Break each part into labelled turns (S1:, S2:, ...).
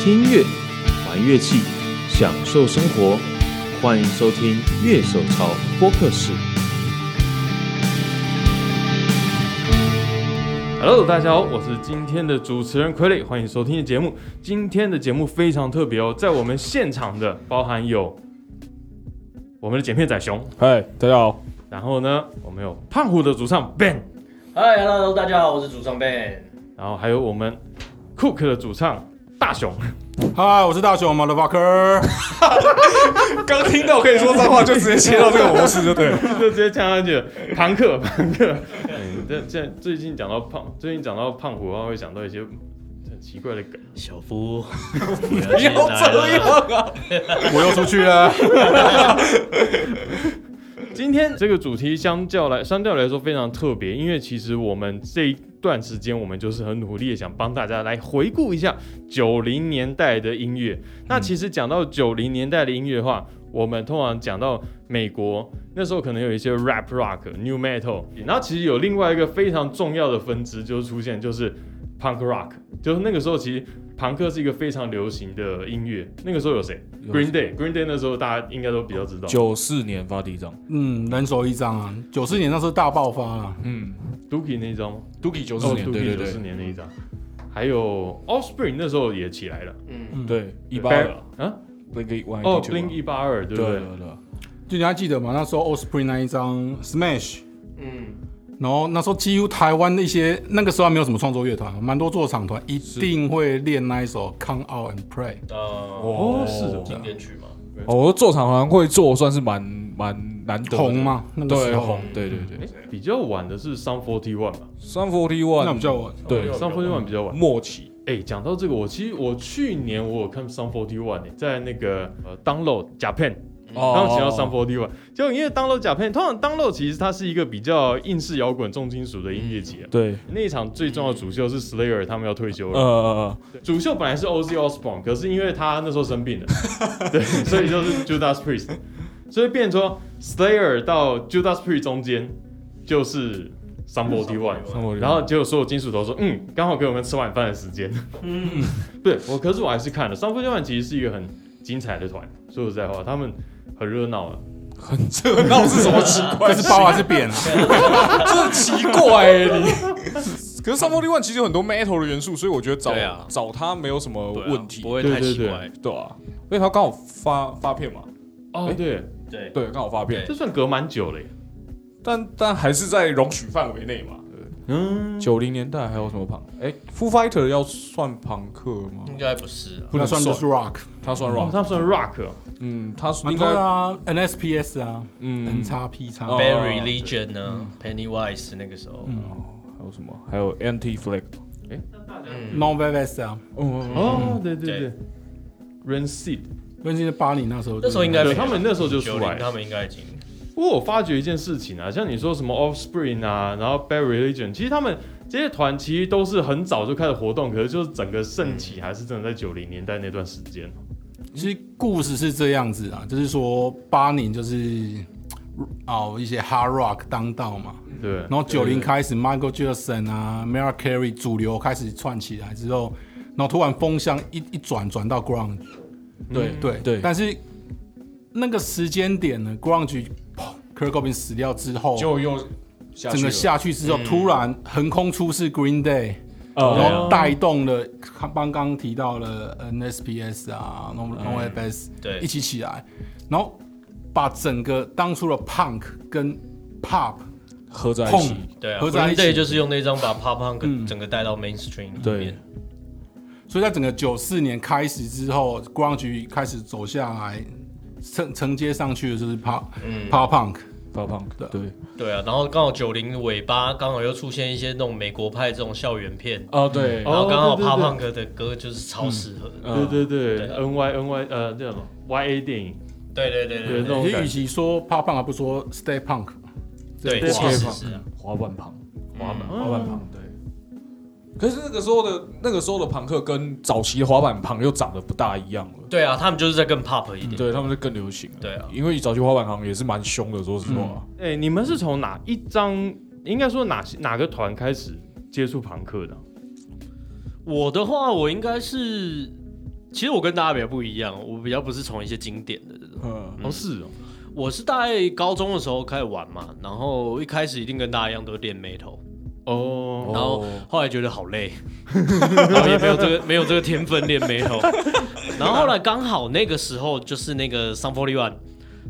S1: 听音乐、玩乐器、享受生活，欢迎收听《乐手潮播客室》。Hello，大家好，我是今天的主持人傀儡，欢迎收听的节目。今天的节目非常特别哦，在我们现场的包含有我们的剪片仔熊，
S2: 嗨，大家好。
S1: 然后呢，我们有胖虎的主唱 Ben，
S3: 嗨，Hello，大家好，我是主唱 Ben。
S1: 然后还有我们 Cook 的主唱大熊。
S2: 嗨，我是大熊 motherfucker。
S4: 刚听到可以说脏话，就直接切到这个模式，就对了。
S1: 就直接呛上去了，庞克，庞克。嗯，这这最近讲到胖，最近讲到胖虎的话，会想到一些很奇怪的梗。
S3: 小夫，
S4: 你要这样啊？
S2: 我又出去了。
S1: 今天这个主题相较来相较来说非常特别，因为其实我们这一段时间，我们就是很努力的想帮大家来回顾一下九零年代的音乐。那其实讲到九零年代的音乐的话，我们通常讲到美国那时候可能有一些 rap rock、new metal，然后其实有另外一个非常重要的分支就是出现，就是 punk rock，就是那个时候其实。朋克是一个非常流行的音乐，那个时候有谁？Green Day，Green Day 那时候大家应该都比较知道。
S4: 九四年发第一张，
S2: 嗯，人手一张啊，九四年那时候大爆发啊了。
S4: 嗯
S1: Dookie 那一张吗？
S4: ，Dookie 九四
S1: 哦
S4: 年，
S1: 独
S4: 对
S1: 立
S4: 对
S1: 九四
S4: 对
S1: 年那一张，还有 Offspring 那时候也起来了，
S3: 嗯，
S2: 嗯，，
S4: 对，一八
S1: 对啊，
S4: Blink 182
S1: 哦，Blink 一八二，对
S4: 对
S1: 不
S4: 对
S1: 对？
S4: 对，
S2: 就你还记得吗？那时候 Osprey 那一张 Smash，
S3: 嗯，
S2: 然后那时候几乎台湾的一些那个时候还没有什么创作乐团，蛮多做场团一定会练那一首 Come Out and Play。
S3: 呃，
S1: 哦，是的，
S3: 经典曲嘛，
S4: 哦，我做场好像会做，算是蛮蛮难得的嗯
S2: 红？嘛，那个时
S4: 对，
S2: 候
S4: 红，对对对
S1: 哎，比较晚的是 Sun Forty One 吧
S4: ，Sun Forty
S2: 那比
S4: One
S2: 较晚。
S4: 对
S1: ，Sun Forty One 比较晚。
S4: 末期，
S1: 哎，讲到这个，我其实我去年我有看 Sun Forty One，在那个呃 Download Japan
S4: 哦
S1: 然后提到 Sun Forty One，就因为 Download 甲片，通常 Download 其实它是一个比较应式摇滚、重金属的音乐节。
S4: 对，
S1: 那一场最重要的主秀是 Slayer，他们要退休了。
S4: 呃，
S1: 主秀本来是 Ozzy Osbourne，可是因为他那时候生病 了，对，所以就是 Judas Priest，所以变成说 Slayer 到 Judas Priest 中间就是 Sun Forty One。然后结果所有金属头说，嗯，刚好给我们吃晚饭的时间。嗯， 对我，可是我还是看了。上 u n 其实是一个很精彩的团，说实在话，他们很热闹啊。
S4: 这闹是什么奇怪？
S2: 这是包还是扁啊？
S4: 这奇怪、欸、你。 可是《三 f o r One》其实有很多 metal 的元素，所以我觉得找、
S3: 对啊
S4: 找他没有什么问题，
S3: 不
S1: 啊
S3: 会太奇怪。
S4: 对啊，因为他刚好发发片嘛，
S1: 哦，
S4: 诶
S1: 对，
S3: 对，
S4: 对，刚好发片，
S1: 这算隔蛮久了耶。
S4: 但但还是在容许范围内嘛。
S1: 嗯，
S4: 九零年代还有什么朋？哎、f o o Fighter 要算朋克吗？
S3: 应该不是啊。
S4: 不
S2: 那
S4: 能
S2: 算
S4: 算，
S2: 就是 Rock，
S4: 他算
S1: 哦
S4: rock，、
S1: 他们算 rock 哦
S4: 嗯，他
S2: 蛮
S4: 应
S2: 多
S4: 该、
S2: 的啊，NSPS 啊
S4: 嗯，
S2: ，NXP 叉。
S4: 哦
S3: Barry Legion 呢，Pennywise 那个时候，
S1: 嗯
S4: 还有什么？还有 Anti Flag，
S3: 嗯，
S2: No Vegas 啊，
S4: 嗯，
S1: 哦，对对
S3: 对
S1: 对，Rain Seed，
S2: 温馨的巴黎那时候就，
S3: 那时候应该没
S1: 对
S3: 有
S1: 他们那时候就出
S3: 九
S1: 来了。
S3: 零他们应该已经
S1: 不过我发觉一件事情啊，像你说什么 Offspring 啊，然后 Bad Religion，其实他们这些团其实都是很早就开始活动，可是就是整个盛起还是真的在九零年代那段时间。
S2: 其实故事是这样子啊，就是说八零就是哦一些 hard rock 当道嘛，
S1: 对
S2: 然，后九零
S4: 对
S2: 开始 Michael Jackson 啊 m a r y Carey 主流开始串起来之后，然后突然风向一一转转到 grunge，
S4: 对
S2: 对
S4: 对
S2: 但是那个时间点呢，grunge 砰 Kurt Cobain 死掉之后，
S4: 就又下去
S2: 整
S4: 了
S2: 个下去之后，
S3: 嗯
S2: 突然横空出世 Green
S1: 哦
S2: Day。
S4: 呃
S2: 然后带动了刚刚刚提到了呃 NSPS 啊，然
S1: 嗯
S2: 后 NFS
S3: 对
S2: 一起起来，然后把整个当初的 Punk 跟 Pop
S4: 合在一起
S2: 碰，
S3: 对啊
S2: 合在一
S3: Green
S2: 起
S3: Day 就是用那张把 Pop
S1: 嗯
S3: Punk 整个带到 Mainstream 里面。
S2: 所以在整个九四年开始之后，Grunge 开始走下来，承承接上去的就是 Pop、
S3: 嗯
S2: Pop Punk，
S4: 发胖，对对，
S3: 对啊，然后刚好九零尾巴，刚好又出现一些那种美国派这种校园片，
S4: 哦对，
S3: 然后刚好
S1: 哦对对
S3: Pop
S1: 对
S3: Punk 的歌就是超适合的。
S4: 嗯
S1: 对对对
S3: 对啊
S1: ，N Y N Y 呃，这什么 Y A 电影，
S3: 对对对
S1: 对
S3: 对
S1: 那
S3: 对
S1: 种
S2: 其
S1: 感
S2: 实
S1: 觉
S2: 与其说 Pop Punk，还不如说 Stay Punk。
S3: 对，
S1: 对
S3: 对是是是啊，
S4: 滑板旁。
S1: 滑板
S4: 滑板旁，对。可是那个时候的那个时候的朋克跟早期的滑板旁又长得不大一样了，
S3: 对啊，他们就是在更 Pop 一点。
S4: 对他们就更流行了。
S3: 嗯对啊
S4: 因为早期滑板行也是蛮凶的，说实话。
S1: 哎、你们是从哪一张，应该说哪些哪个团开始接触朋克的啊？
S3: 我的话，我应该是其实我跟大家比较不一样，我比较不是从一些经典的这种，
S2: 嗯，
S1: 哦是哦，
S3: 我是大概高中的时候开始玩嘛，然后一开始一定跟大家一样都是练 metal，
S1: 哦，
S3: 然后后来觉得好累，然后也没有这个没有这个天分练 metal，然后后来刚好那个时候就是那个 Sun Forty One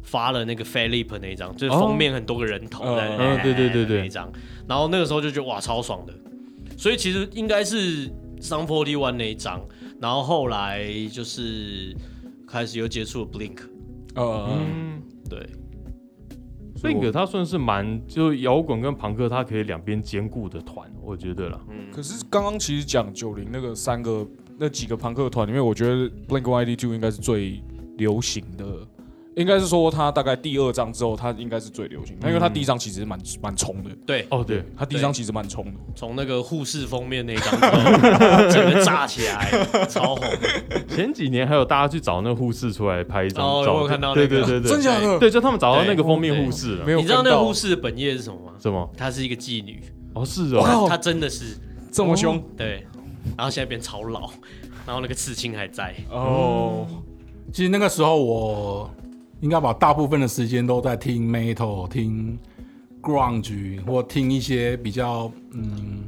S3: 发了那个 Philip 那一张，就是封面很多个人头
S4: 哦
S3: 在
S1: 嗯对对对对
S3: 那一张，然后那个时候就觉得哇超爽的，所以其实应该是 Sun Forty One 那一张，然后后来就是开始又接触了 Blink，
S4: 呃，
S1: 嗯
S3: 对，
S1: b l i 他算是蛮就摇滚跟朋克，他可以两边兼顾的团，我觉得啦。
S3: 嗯
S4: 可是刚刚其实讲九零那个三个那几个朋克团里面，我觉得 Blink One Eighty Two 应该是最流行的，应该是说他大概第二张之后，他应该是最流行的，因为他
S3: 嗯
S4: 第一张其实蛮蛮冲的，
S3: 对，
S1: 哦对，
S4: 他第一张其实蛮冲的。
S3: 从那个护士封面那一张之后， 整个炸起来，超红。
S1: 前几年还有大家去找那个护士出来拍一张
S3: 哦
S1: 照片，
S3: 我有看到
S1: 对
S3: 那个
S1: 对对对，
S4: 假的
S1: 对，就他们找到那个封面护士了
S4: 没，有，
S3: 你知道那个护士的本业是什么吗？
S1: 什么？
S3: 她是一个妓女，
S1: 哦是
S4: 哇
S1: 哦，
S4: 哦
S3: 她真的是
S4: 这么凶
S3: 对，然后现在变超老，然后那个刺青还在。
S4: 哦，
S2: 其实那个时候我应该把大部分的时间都在听 metal、听 grunge 或听一些比较嗯，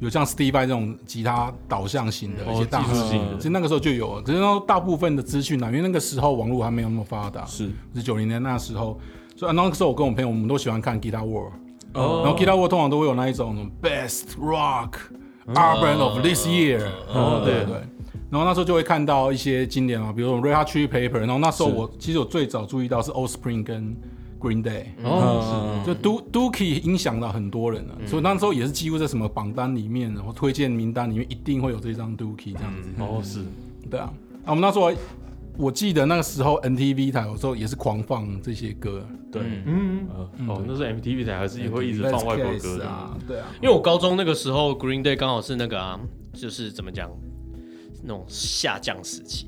S2: 有像 Steve Vai 这种吉他导向型的一些
S1: 哦
S2: 大
S1: 技术
S2: 师。
S1: 性
S2: 其
S1: 的，
S2: 实那个时候就有了，只是说大部分的资讯呢，因为那个时候网络还没有那么发达，
S4: 是
S2: 是九零年那时候，所以啊那个时候我跟我朋友，我们都喜欢看 Guitar World，、
S4: 哦
S2: 然后 Guitar World 通常都会有那一种 Best Rock Album of This Year，
S1: 哦对
S2: 对对。然后那时候就会看到一些经典啊，比如说 Red Hot Chili Pepper。然后那时候我其实我最早注意到是 Offspring 跟 Green Day，、
S4: 呃
S1: 哦
S2: 就 Du Dookie 影响到很多人了、
S1: 嗯
S2: 所以那时候也是几乎在什么榜单里面，然后推荐名单里面一定会有这张 Dookie 这样子。
S1: 是哦是，
S2: 对啊，啊，我们那时候还我记得那个时候 NTV 台有时候也是狂放这些歌，
S4: 对，
S1: 嗯
S4: 呃
S1: 哦那是 MTV 台还是会一直
S2: Let's
S1: 放外国
S2: Kiss
S1: 歌的，
S2: 啊，对啊，
S3: 因为我高中那个时候，Green Day 刚好是那个啊，就是怎么讲，那种下降时期，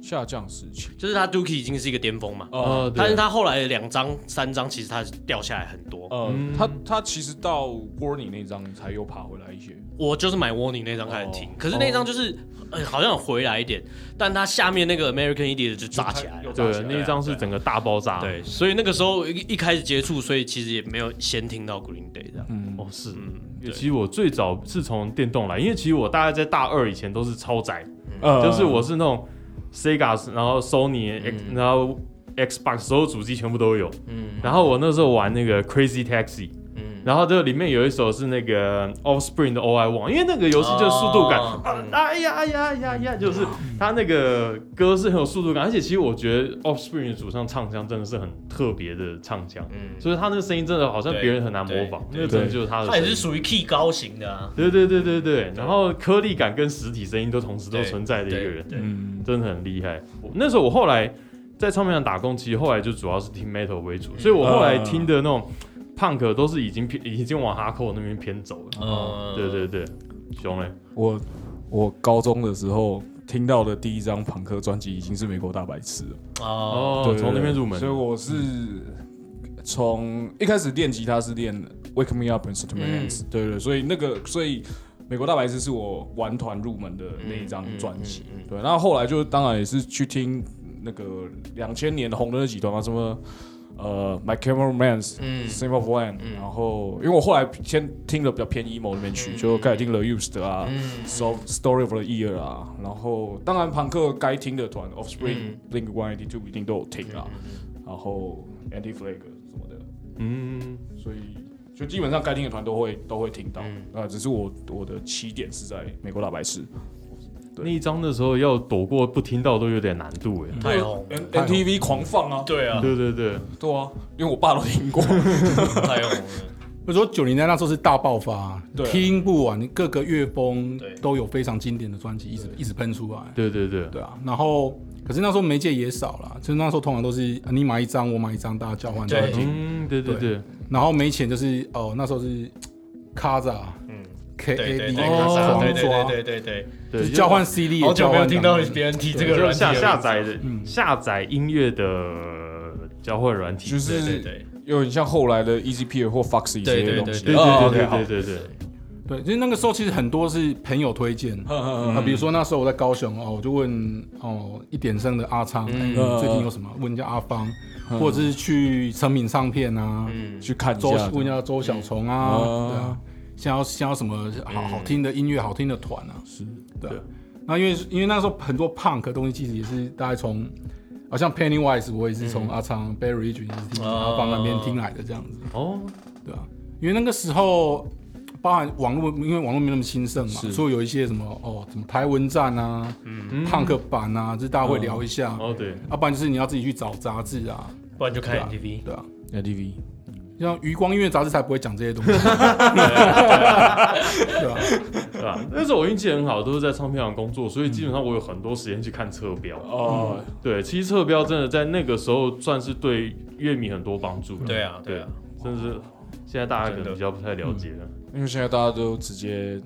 S4: 下降时期
S3: 就是他 Dookie 已经是一个巅峰嘛，
S1: 哦
S3: 但是
S1: 对，
S3: 他后来的两张、三张其实他掉下来很多。
S4: 呃
S1: 嗯，
S4: 他他其实到 Warning 那张才又爬回来一些，
S3: 我就是买 Warning 那张开始听
S4: 哦，
S3: 可是那张就是
S1: 哦
S3: 呃好像有回来一点，但它下面那个 American Idiot 就炸起来了
S4: 就。它又
S1: 对那一张是整个大爆炸，
S3: 对，所以那个时候一一开始接触，所以其实也没有先听到 Green Day 这样。
S4: 嗯，
S1: 哦是。
S3: 嗯，
S1: 其
S3: 对，
S1: 实我最早是从电动来，因为其实我大概在大二以前都是超宅，
S3: 嗯
S4: 呃
S1: 就是我是那种 Sega，然后 Sony，、
S3: 嗯
S1: 然后 Xbox 所有主机全部都有。
S3: 嗯
S1: 然后我那时候玩那个 Crazy Taxi，
S3: 嗯，
S1: 然后这里面有一首是那个 Offspring 的 All I Want，因为那个游戏就是速度感，
S3: 哦
S1: 啊
S3: 嗯
S1: 哎呀哎呀哎呀哎呀，就是它那个歌是很有速度感，而且其实我觉得 Offspring 的主唱唱腔真的是很特别的唱腔，
S3: 嗯，
S1: 所以他那个声音真的好像
S3: 对
S1: 别人很难模仿，那
S3: 对
S1: 个真的就是他的
S3: 它
S1: 声
S3: 也
S1: 音
S3: 是。属于 key 高型的啊。
S1: 对对对对对，然后颗粒感跟实体声音都同时都存在的一个人，
S3: 对，
S4: 嗯，
S1: 真的很厉害。我那时候我后来在唱片上打工，其实后来就主要是听 metal 为主，所以我后
S4: 嗯
S1: 来听的那种 punk 都是已经偏已经往哈扣那边偏走了。
S3: 嗯，
S1: 哦对对对，熊嘞，
S4: 我我高中的时候听到的第一张朋克专辑已经是美国大白痴了，
S3: 哦，
S1: 哦，从那边入门
S4: 所以，我是从一开始练吉他是练 Wake Me Up and s e t m e n t 对对，所以那个所以。美国大白痴是我玩团入门的那一张专辑，对。那后来就当然也是去听那个两千年红的那几团啊嘛，什么呃 My Cameraman's
S3: 嗯
S4: Simple of One，、然后因为我后来先听了比较偏 E emo 那边去，
S3: 嗯
S4: 就开始听了 Used 啊、s o Story of the Year 啊，然后当然朋克该听的团 Offspring、Blink
S3: 嗯
S4: One Eighty Two 一定都有听啊，然后 Anti Flag 什么的，
S1: 嗯，
S4: 所以就基本上该听的团都会都会听到，
S3: 嗯
S4: 啊，只是我我的起点是在美国大白痴对
S1: 那一张的时候要躲过不听到都有点难度哎。
S3: 太红了，
S4: ，N NTV 狂放啊，
S3: 对啊，
S1: 对对对，
S4: 对啊，因为我爸都 听过，
S3: 太红了，
S2: 我说九零年代那时候是大爆发，
S4: 对啊
S2: 听不完，各个乐风
S3: 对
S2: 都有非常经典的专辑，一直一直喷出来。
S1: 对对对，
S2: 对啊，然后可是那时候媒介也少了，就是那时候通常都是呃你买一张，我买一张，大家交换
S3: 对
S2: 交换听。
S1: 嗯，对对对，
S2: 然后没钱就是哦，那时候是 Kaza
S3: 嗯，
S2: K
S3: 对
S2: A
S3: 对
S2: D
S3: 对，卡萨
S2: 狂
S3: 对
S2: 抓，
S3: 对对对对
S2: 就
S1: 对，
S2: 是
S1: 就
S2: 交换 CD
S3: 对，好
S2: 也
S3: 久
S2: 交
S3: 没有
S2: 换
S3: 听到
S2: 档案
S3: 别人提这
S1: 就
S3: 个软
S1: 是
S3: 体
S1: 下
S3: 了
S1: 下载的
S2: 嗯
S1: 下载音乐的交换软体
S4: 就。
S3: 对对
S4: 是
S3: 对，
S4: 有点像后来的 EZP 或 Foxy 这
S3: 对
S4: 些
S3: 对
S4: 东西，
S1: 对对
S4: 啊
S1: 对
S4: ，OK，
S1: 对
S4: 好
S1: 对对对，
S2: 对，因为那个时候其实很多是朋友推荐，
S4: 呵呵
S3: 嗯
S2: 啊，比如说那时候我在高雄哦，我就问哦一点生的阿昌，哎
S4: 嗯
S2: 最近有什么？问一下阿芳，
S3: 嗯
S2: 或者是去成品唱片啊，
S4: 呵去看一
S2: 周
S4: 下。
S2: 问一下周小虫啊，
S4: 啊嗯
S2: 对啊，想要想要什么好好听的音乐、好听的团啊，
S4: 是
S2: 对啊。那因为因为那时候很多 punk 的东西其实也是大概从，好像 Pennywise 我也是从阿昌、Barry 一直听阿芳那边听来的这样子，
S1: 哦，
S2: 对啊，因为那个时候。包含网络，因为网络没那么兴盛嘛，
S4: 是
S2: 所以有一些什么哦，什么台文站啊，
S1: 嗯
S2: 胖克版啊，就是大家会聊一下，
S1: 哦对，
S2: 要、不然就是你要自己去找杂志啊，
S3: 不然就看
S2: 对啊
S3: MTV。
S2: 对啊，
S4: LTV，
S2: 像余光音乐杂志才不会讲这些东西，对吧、
S1: 对吧？ 那时候我运气很好，都是在唱片行工作，所以基本上我有很多时间去看车标。
S4: 哦，
S1: 对，其实车标真的在那个时候算是对乐迷很多帮助了。
S3: 对啊，对
S1: 对
S3: 啊，，
S1: 甚至现在大家可
S3: 真的
S1: 能比较不太了解了。
S4: 因为现在大家都直接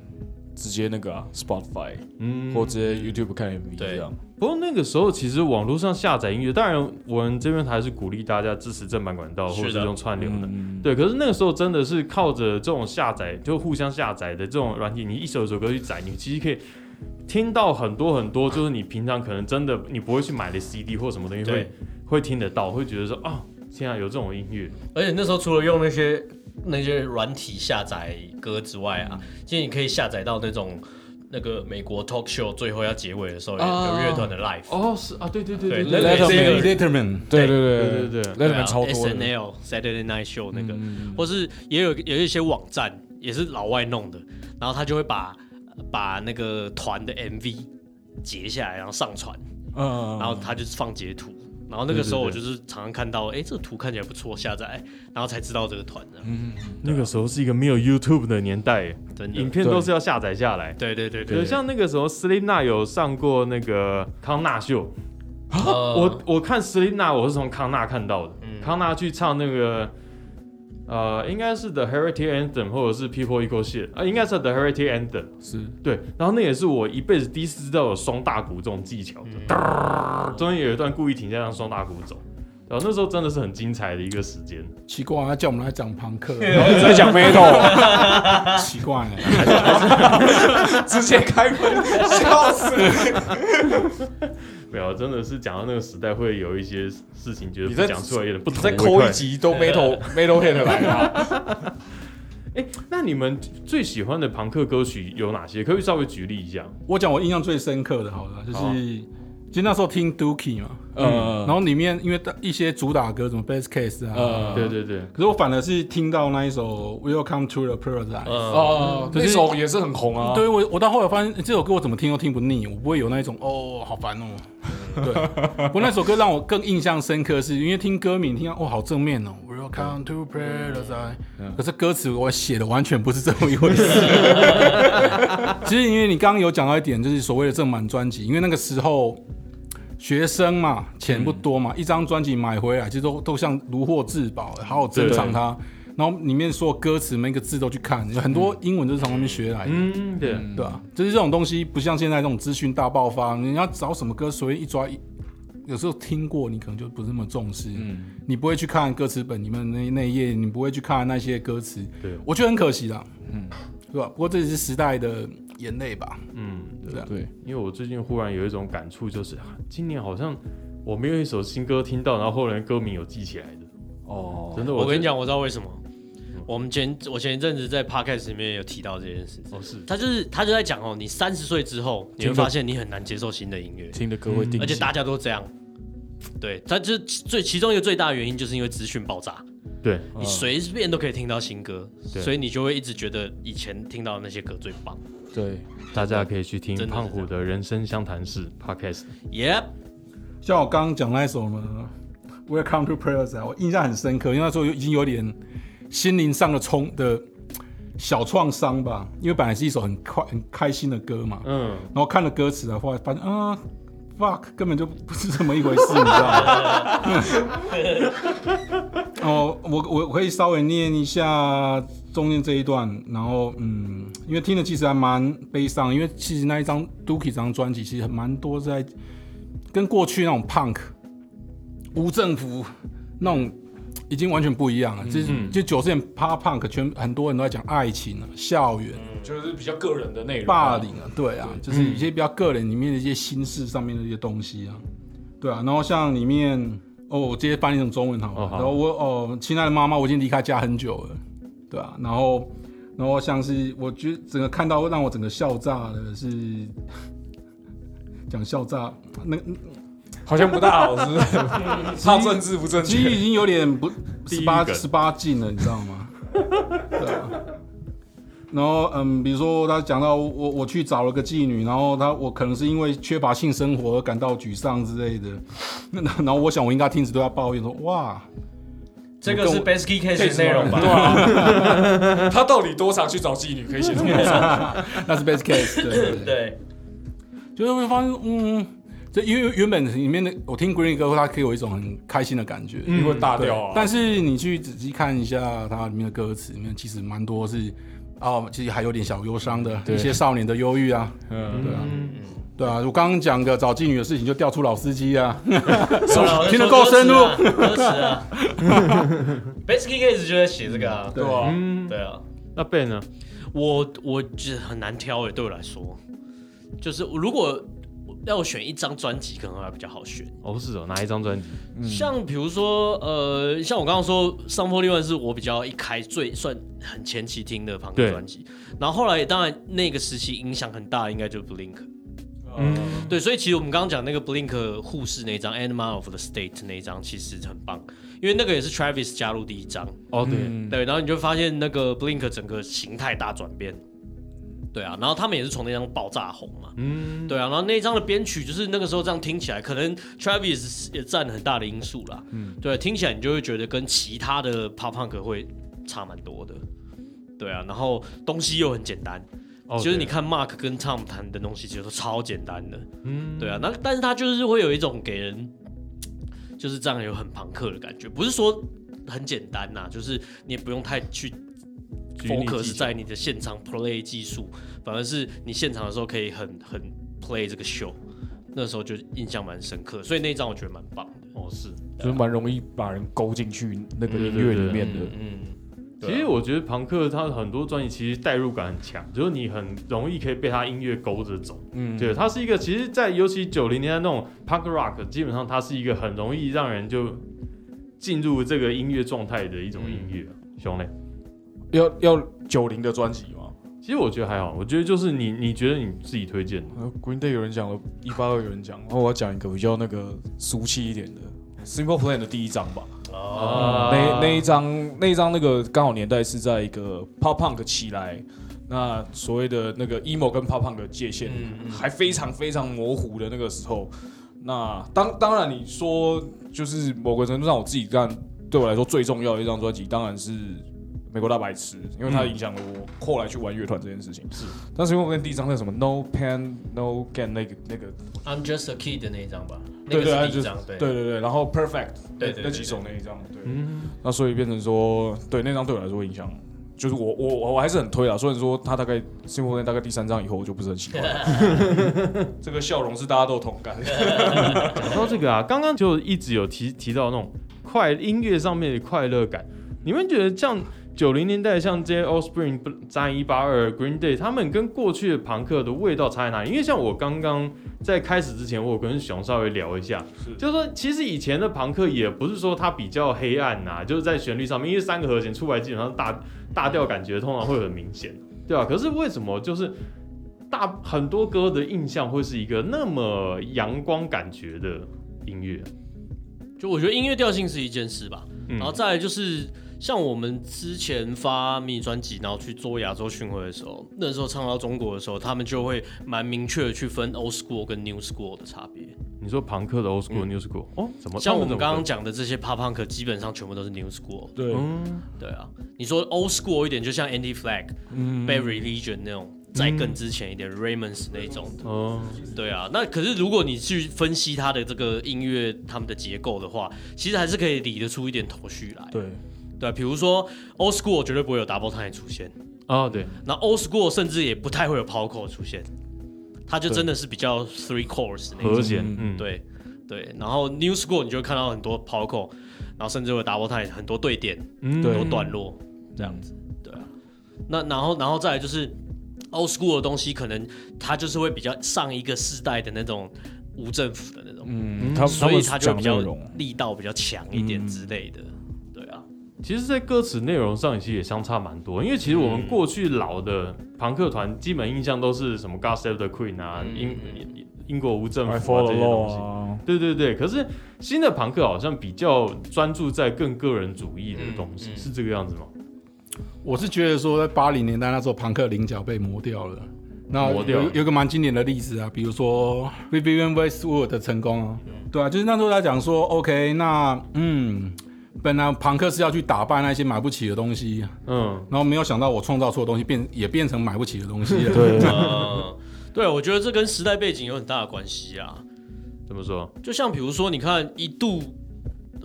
S4: 直接那个啊，Spotify
S1: 嗯，
S4: 或直接 YouTube 看 MV
S3: 对
S4: 这样。
S1: 不过那个时候，其实网络上下载音乐，当然我们这边还是鼓励大家支持正版管道
S3: 是
S1: 或
S3: 的
S1: 者是用串流的。
S4: 嗯，
S1: 对，可是那个时候真的是靠着这种下载，就互相下载的这种软体，你一首一首歌去载，你其实可以听到很多很多，就是你平常可能真的你不会去买的 CD 或什么东西
S3: 对
S1: 会会听得到，会觉得说啊，天啊，有这种音乐，
S3: 而且那时候除了用那些那些软体下载歌之外啊，其实你可以下载到那种那个美国 talk show 最后要结尾的时候有
S4: 啊
S3: 有乐团的 live，
S1: 哦，是啊，对对对
S3: 对
S1: 对
S3: 对对
S4: 对对
S2: l e t t e r m a n
S4: 对对
S1: 对对对
S4: 那里面超多
S3: 啊 S
S4: 的
S3: N。L Saturday Night Show 那个，
S4: 嗯
S3: 或是也有有一些网站也是老外弄的，然后他就会把把那个团的 MV 截下来，然后上传，
S4: 嗯，
S3: 然后他就放截图。然后那个时候我
S1: 对
S3: 就
S1: 对
S3: 是常常看到，哎，这个图看起来不错，下载，然后才知道这个团的，
S1: 那个时候是一个没有 YouTube 的年代，
S3: 真
S1: 影
S3: 的。
S1: 片都是要下载下来。
S3: 对对对
S1: 对，
S3: 对，
S1: 像那个时候斯琳娜有上过那个康纳秀，
S3: 呃
S4: 嗯
S1: 我我看斯琳娜，我是从康纳看到的。康纳去唱那个，呃，应该是 The Heritage Anthem 或者是 People Equal Shit 啊、应该是 The Heritage Anthem。
S4: 是
S1: 对，然后那也是我一辈子第一次知道有双大鼓这种技巧
S4: 嗯
S1: 的。哒中间有一段故意停下让双大鼓走，然后那时候真的是很精彩的一个时间。
S2: 奇怪、啊，他叫我们来讲朋 克，
S4: 一直在讲 metal，
S2: 奇怪、欸，
S4: 直接开喷，笑死！
S1: 没有，真的是讲到那个时代，会有一些事情觉得
S4: 你
S1: 不
S4: 在
S1: 讲出来有点不
S4: 你
S1: 同。
S4: 再抠一集都 metal metal head 来啊了，
S1: 哎，那你们最喜欢的朋克歌曲有哪些？可以稍微举例一下。
S2: 我讲我印象最深刻的，好了，就是、
S1: 好啊
S2: 其实那时候听 Dookie 嘛，然
S4: 嗯，
S2: 后里面因为一些主打歌，什么 Bass Case 啊，
S4: 呃
S1: 对嗯对对，
S2: 可是我反而是听到那一首 Welcome to the Paradise，、
S4: 哦，那首也是很红啊，
S2: 对我，我到后来发现这首歌我怎么听都听不腻，我不会有那一种哦，好烦哦。对，不过那首歌让我更印象深刻是，因为听歌名听到哦，好正面哦，Welcome to Paradise，、可是歌词我写的完全不是这么一回事。 其实因为你刚刚有讲到一点，就是所谓的正版专辑，因为那个时候。学生嘛，钱不多嘛，一张专辑买回来，其实都都像如获至宝，好好珍藏它。然后里面所有歌词每个字都去看，有很多英文都是从那边学来的。
S1: 嗯，对。
S2: 对啊，就是这种东西，不像现在这种资讯大爆发，你要找什么歌，随便一抓一，有时候听过，你可能就不是那么重视，
S4: 嗯
S2: 你不会去看歌词本里面的那那一页，你不会去看那些歌词，
S1: 对
S2: 我觉得很可惜啦，嗯，对吧？不过这也是时代的眼泪吧，
S1: 嗯，对，
S4: 对，
S1: 因为我最近忽然有一种感触，就是、啊今年好像我没有一首新歌听到，然后后来歌名有记起来的，
S4: 哦，
S1: 真的
S3: 我跟你
S1: 讲，
S3: 讲，我知道为什么。我们前我前一阵子在 podcast 里面有提到这件事，
S1: 哦是，
S3: 他就是他就在讲哦，你三十岁之后，你会发现你很难接受新的音乐，
S4: 听的歌会定，
S3: 而且大家都这样。对，他就是最其中一个最大的原因，就是因为资讯爆炸，
S1: 对，
S4: 嗯
S3: 你随便都可以听到新歌，
S1: 对
S3: 所以你就会一直觉得以前听到的那些歌最棒。
S4: 对，
S1: 大家可以去听
S3: 真的嗯
S1: 胖虎的人生相谈室 podcast，
S3: Yep，
S2: 像我刚刚讲那一首呢，Welcome to Prayers 啊，我印象很深刻，因为那时候已经有点心灵上的冲的小创伤吧，因为本来是一首很快很开心的歌嘛，
S1: 嗯，
S2: 然后看了歌词啊，后来发现啊，fuck 根本就不是这么一回事，你知道吗？嗯哦，我我我可以稍微念一下中间这一段，然后嗯，因为听的其实还蛮悲伤，因为其实那一张 Dookie 这张专辑其实蛮多在跟过去那种 punk 无政府那种已经完全不一样了。就是就九十年 pop punk 全很多人都在讲爱情啊、校园、
S4: 就是比较个人的内容。
S2: 霸凌啊，对啊，就是一些比较个人里面的一些心事上面的一些东西啊，对啊。然后像里面哦，我直接翻译成中文好了。
S1: 哦好
S2: 然后我哦，亲爱的妈妈，我已经离开家很久了，对啊。然后然后像是我觉得整个看到让我整个笑炸的是讲笑炸那个
S4: 好像不大好，是不是？ 怕政治不正
S2: 其实
S4: 确。
S2: 已经有点不
S1: 地
S2: 十
S1: 狱
S2: 八
S1: 梗
S2: 十八禁了，你知道吗？对啊。然后嗯，比如说他讲到我我去找了个妓女，然后他我可能是因为缺乏性生活而感到沮丧之类的。 那然后我想我应该停止对他抱怨说哇，
S3: 这个是 Besky Case 的内容吧？
S4: 对啊，他到底多常去找妓女？可以 写这么少？
S2: 那是 best case 对对对。
S3: 对，
S2: 就是会发现，嗯，这因为原本里面的我听 Green 哥，他给我一种很开心的感觉，
S4: 因为大
S2: 对
S4: 调啊。
S2: 但是你去仔细看一下它里面的歌词，里面其实蛮多是，哦，其实还有点小忧伤的，
S4: 对
S2: 一些少年的忧郁啊，
S4: 嗯，
S2: 对啊，对啊，我刚刚讲个找妓女的事情，就调出老司机啊，听得
S3: 得
S2: 够深入
S3: 歌词 啊。Besky Case 就在写这个啊，
S4: 对啊，
S1: 嗯，
S3: 对啊，
S1: 那 Ben 呢？
S3: 我我觉得很难挑欸诶，对我来说，就是如果要我选一张专辑，可能还比较好选。
S1: 哦，是哦，哪一张专辑？
S3: 像比如说，呃，像我刚刚说，《上坡利万》是我比较一开最算很前期听的朋克
S1: 对
S3: 专辑，然后后来当然那个时期影响很大，应该就是 Blink。
S1: 嗯，
S3: 对，所以其实我们刚刚讲那个 Blink 护士那一张《Animal of the State》那一张其实很棒，因为那个也是 Travis 加入第一张，
S1: 哦，对，
S3: 对，然后你就发现那个 Blink 整个形态大转变。对啊，然后他们也是从那张爆炸红嘛，嗯，对啊，然后那一张的编曲就是那个时候这样听起来，可能 Travis 也占很大的因素啦，嗯，对，听起来你就会觉得跟其他的 Pop Punk 会差蛮多的，对啊，然后东西又很简单，
S1: 哦
S3: 就是你
S1: 对
S3: 看 Mark 跟 Tom 谈的东西其实都超简单的，嗯，对啊，那但是他就是会有一种给人就是这样有很朋克的感觉，不是说很简单呐、就是你也不用太去
S1: 拘泥技巧
S3: focus 在你的现场 play 技术，反而是你现场的时候可以很很 play 这个 show，那时候就印象蛮深刻，所以那一张我觉得蛮棒的。
S1: 哦是。
S4: 就是蛮容易把人勾进去那个
S1: 对
S4: 音
S1: 对
S4: 乐
S1: 对
S4: 里面的。
S3: 嗯，
S4: 啊
S1: 其实我觉得朋克他很多专辑其实代入感很强，就是你很容易可以被他音乐勾着走。
S4: 嗯，
S1: 对，它是一个，其实，在尤其九零年代那种 punk rock，基本上它是一个很容易让人就进入这个音乐状态的一种音乐。
S4: 嗯
S1: 兄嘞，
S4: 要要九零的专辑吗
S1: 其实我觉得还好，我觉得就是你你觉得你自己推荐的，
S4: 呃？Green Day 有人讲了，一八二有人讲，然哦后我要讲一个比较那个俗气一点的。Simple Plan 的第一张吧，
S1: 哦
S4: 那那一张那一张那个刚好年代是在一个 pop punk 起来，那所谓的那个 emo 跟 pop punk 的界限还非常非常模糊的那个时候，那当当然你说就是某个程度上我自己干对我来说最重要的一张专辑当然是美国大白痴，因为它影响了我后来去玩乐团这件事情。是，但是因为我跟第一张那什么 No Pain No Gain 那个那个，
S3: ，I'm Just a Kid 的那一张吧，那
S4: 对对，
S3: 个
S4: 它
S3: 是第
S4: 就
S3: 一
S4: 是
S3: 张，对
S4: 对对对，然后 Perfect
S3: 对
S4: 那
S3: 对对
S4: 那
S3: 对
S4: 几首那一张，对，那所以变成说，对那张对我来说影响。就是我我我我还是很推啦，啊虽然说他大概《新闻》大概第三章以后我就不是很喜欢了， 这个笑容是大家都有同感。
S1: 讲到这个啊，刚刚就一直有提提到那种快音乐上面的快乐感，你们觉得像九零年代像这些 Offspring、战一八二、Green Day，他们跟过去的朋克的味道差在哪里？因为像我刚刚在开始之前，我有跟熊稍微聊一下，
S4: 是
S1: 就是说其实以前的朋克也不是说它比较黑暗呐、就是在旋律上面，因为三个和弦出来基本上大大调感觉通常会很明显，对吧、可是为什么就是？大很多歌的印象会是一个那么阳光感觉的音乐，
S3: 就我觉得音乐调性是一件事吧，
S1: 嗯
S3: 然后再来就是像我们之前发迷你专辑，然后去做亚洲巡回的时候，那时候唱到中国的时候，他们就会蛮明确的去分 old school 跟 new school 的差别。
S1: 你说朋克的 old school、new school，哦，怎么
S3: 嗯像我们
S1: 他
S3: 刚刚
S1: 怎么
S3: 讲的这些 pop punk，基本上全部都是 new school。
S4: 对，
S1: 嗯
S3: 对啊，你说 old school 一点，就像 Anti Flag、Bad
S1: 嗯
S3: Religion 那种，再更之前一点 Raymonds 那种的
S1: 分哦，
S3: 对啊，那可是如果你去分析它的这个音乐他们的结构的话，其实还是可以理得出一点头绪来。
S4: 对，
S3: 对啊，比如说 old school 绝对不会有 double time 出现，
S1: 哦对，
S3: 那 old school 甚至也不太会有 power chord 出现，它就真的是比较 three chords 那
S1: 和
S3: 种。
S1: 弦，
S4: 嗯
S1: 嗯，
S3: 对对，然后 new school 你就会看到很多 power chord，然后甚至会 double time 很多对点，
S1: 嗯
S3: 很
S4: 对
S3: 多段落，
S4: 这样子。
S3: 那然后然后再来就是 old school 的东西，可能它就是会比较上一个世代的那种无政府的那种，
S4: 嗯，他
S3: 所以
S4: 们
S3: 它就
S4: 讲
S3: 比
S4: 内
S3: 较
S4: 容，
S3: 力道比较强一点之类的，对啊，
S1: 其实，在歌词内容上，其实也相差蛮多。因为其实我们过去老的朋克团，基本印象都是什么 God Save the Queen 啊，
S3: 嗯
S1: 英英国无政
S4: I
S1: 府啊
S4: follow
S1: 这些
S4: law
S1: 东西。
S4: 啊，
S1: 对对对，可是新的朋克好像比较专注在更个人主义的东西，
S3: 嗯嗯
S1: 是这个样子吗？
S2: 我是觉得说，在八零年代那时候，朋克菱角被磨掉了。那
S1: 磨掉了
S2: 有有一个蛮经典的例子啊，比如说 Vivian Westwood 的成功啊，对啊，就是那时候在讲说，OK，那嗯，本来朋克是要去打败那些买不起的东西，
S1: 嗯，
S2: 然后没有想到我创造出的东西变也变成买不起的东西了。
S4: 对，
S3: 嗯，对，我觉得这跟时代背景有很大的关系啊。
S1: 怎么说？
S3: 就像比如说，你看一度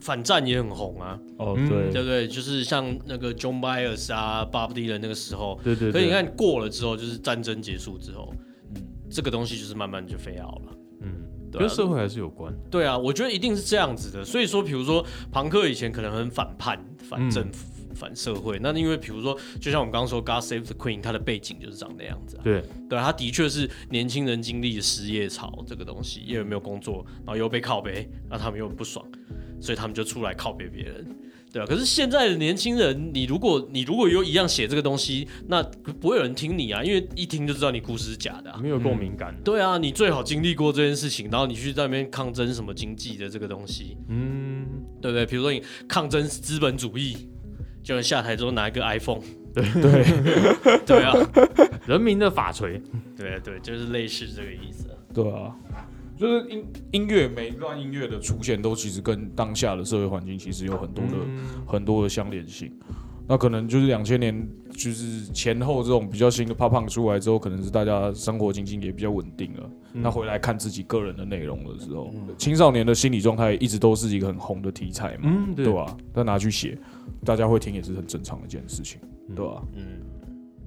S3: 反战也很红啊，
S4: 哦
S1: 嗯
S3: 对
S4: 对，
S3: 不对？就是像那个 John Myers 啊、Bob Dylan 那个时候，
S1: 对对对。
S3: 可是你，看过了之后，就是战争结束之后，嗯这个东西就是慢慢就飞out了。
S1: 嗯，
S3: 对啊
S1: 跟社会还是有关。
S3: 对啊，我觉得一定是这样子的。所以说，比如说庞克以前可能很反叛、反政府、反社会，那因为比如说，就像我们刚刚说《God Save the Queen》，它的背景就是长那样子啊。
S1: 对，
S3: 对啊，他的确是年轻人经历的失业潮这个东西，因为没有工作，然后又被靠背，那他们又很不爽，所以他们就出来靠背别人。对啊，可是现在的年轻人，你如果你如果又一样写这个东西，那不会有人听你啊，因为一听就知道你故事是假的、啊。
S1: 没有共鸣感。
S3: 对啊，你最好经历过这件事情，然后你去在那边抗争什么经济的这个东西，
S1: 嗯，
S3: 对不对？比如说你抗争资本主义，就人下台之后拿一个 iPhone，对对啊，
S1: 人民的法锤。
S3: 对啊对，就是类似这个意思啊。
S4: 对啊，就是音音乐每一段音乐的出现，都其实跟当下的社会环境其实有很多的、很多的相连性。那可能就是两千年，就是前后这种比较新的 pop punk 出来之后，可能是大家生活经济也比较稳定了。那回来看自己个人的内容的时候，青少年的心理状态一直都是一个很红的题材嘛，
S1: 嗯，对
S4: 对吧、但拿去写，大家会听也是很正常的一件事情，对吧、
S3: 嗯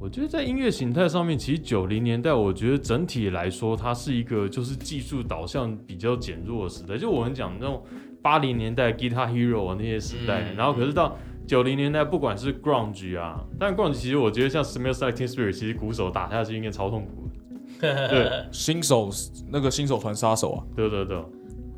S1: 我觉得在音乐形态上面，其实九零年代，我觉得整体来说，它是一个就是技术导向比较减弱的时代。就我们讲那种八零年代 Guitar Hero 啊那些时代，
S3: 嗯
S1: 然后可是到九零年代，不管是 Grunge 啊，但 Grunge 其实我觉得像 Smells Like Teen Spirit，其实鼓手打下去应该超痛苦的。对
S4: 新手那个新手团杀手啊，
S1: 对对对，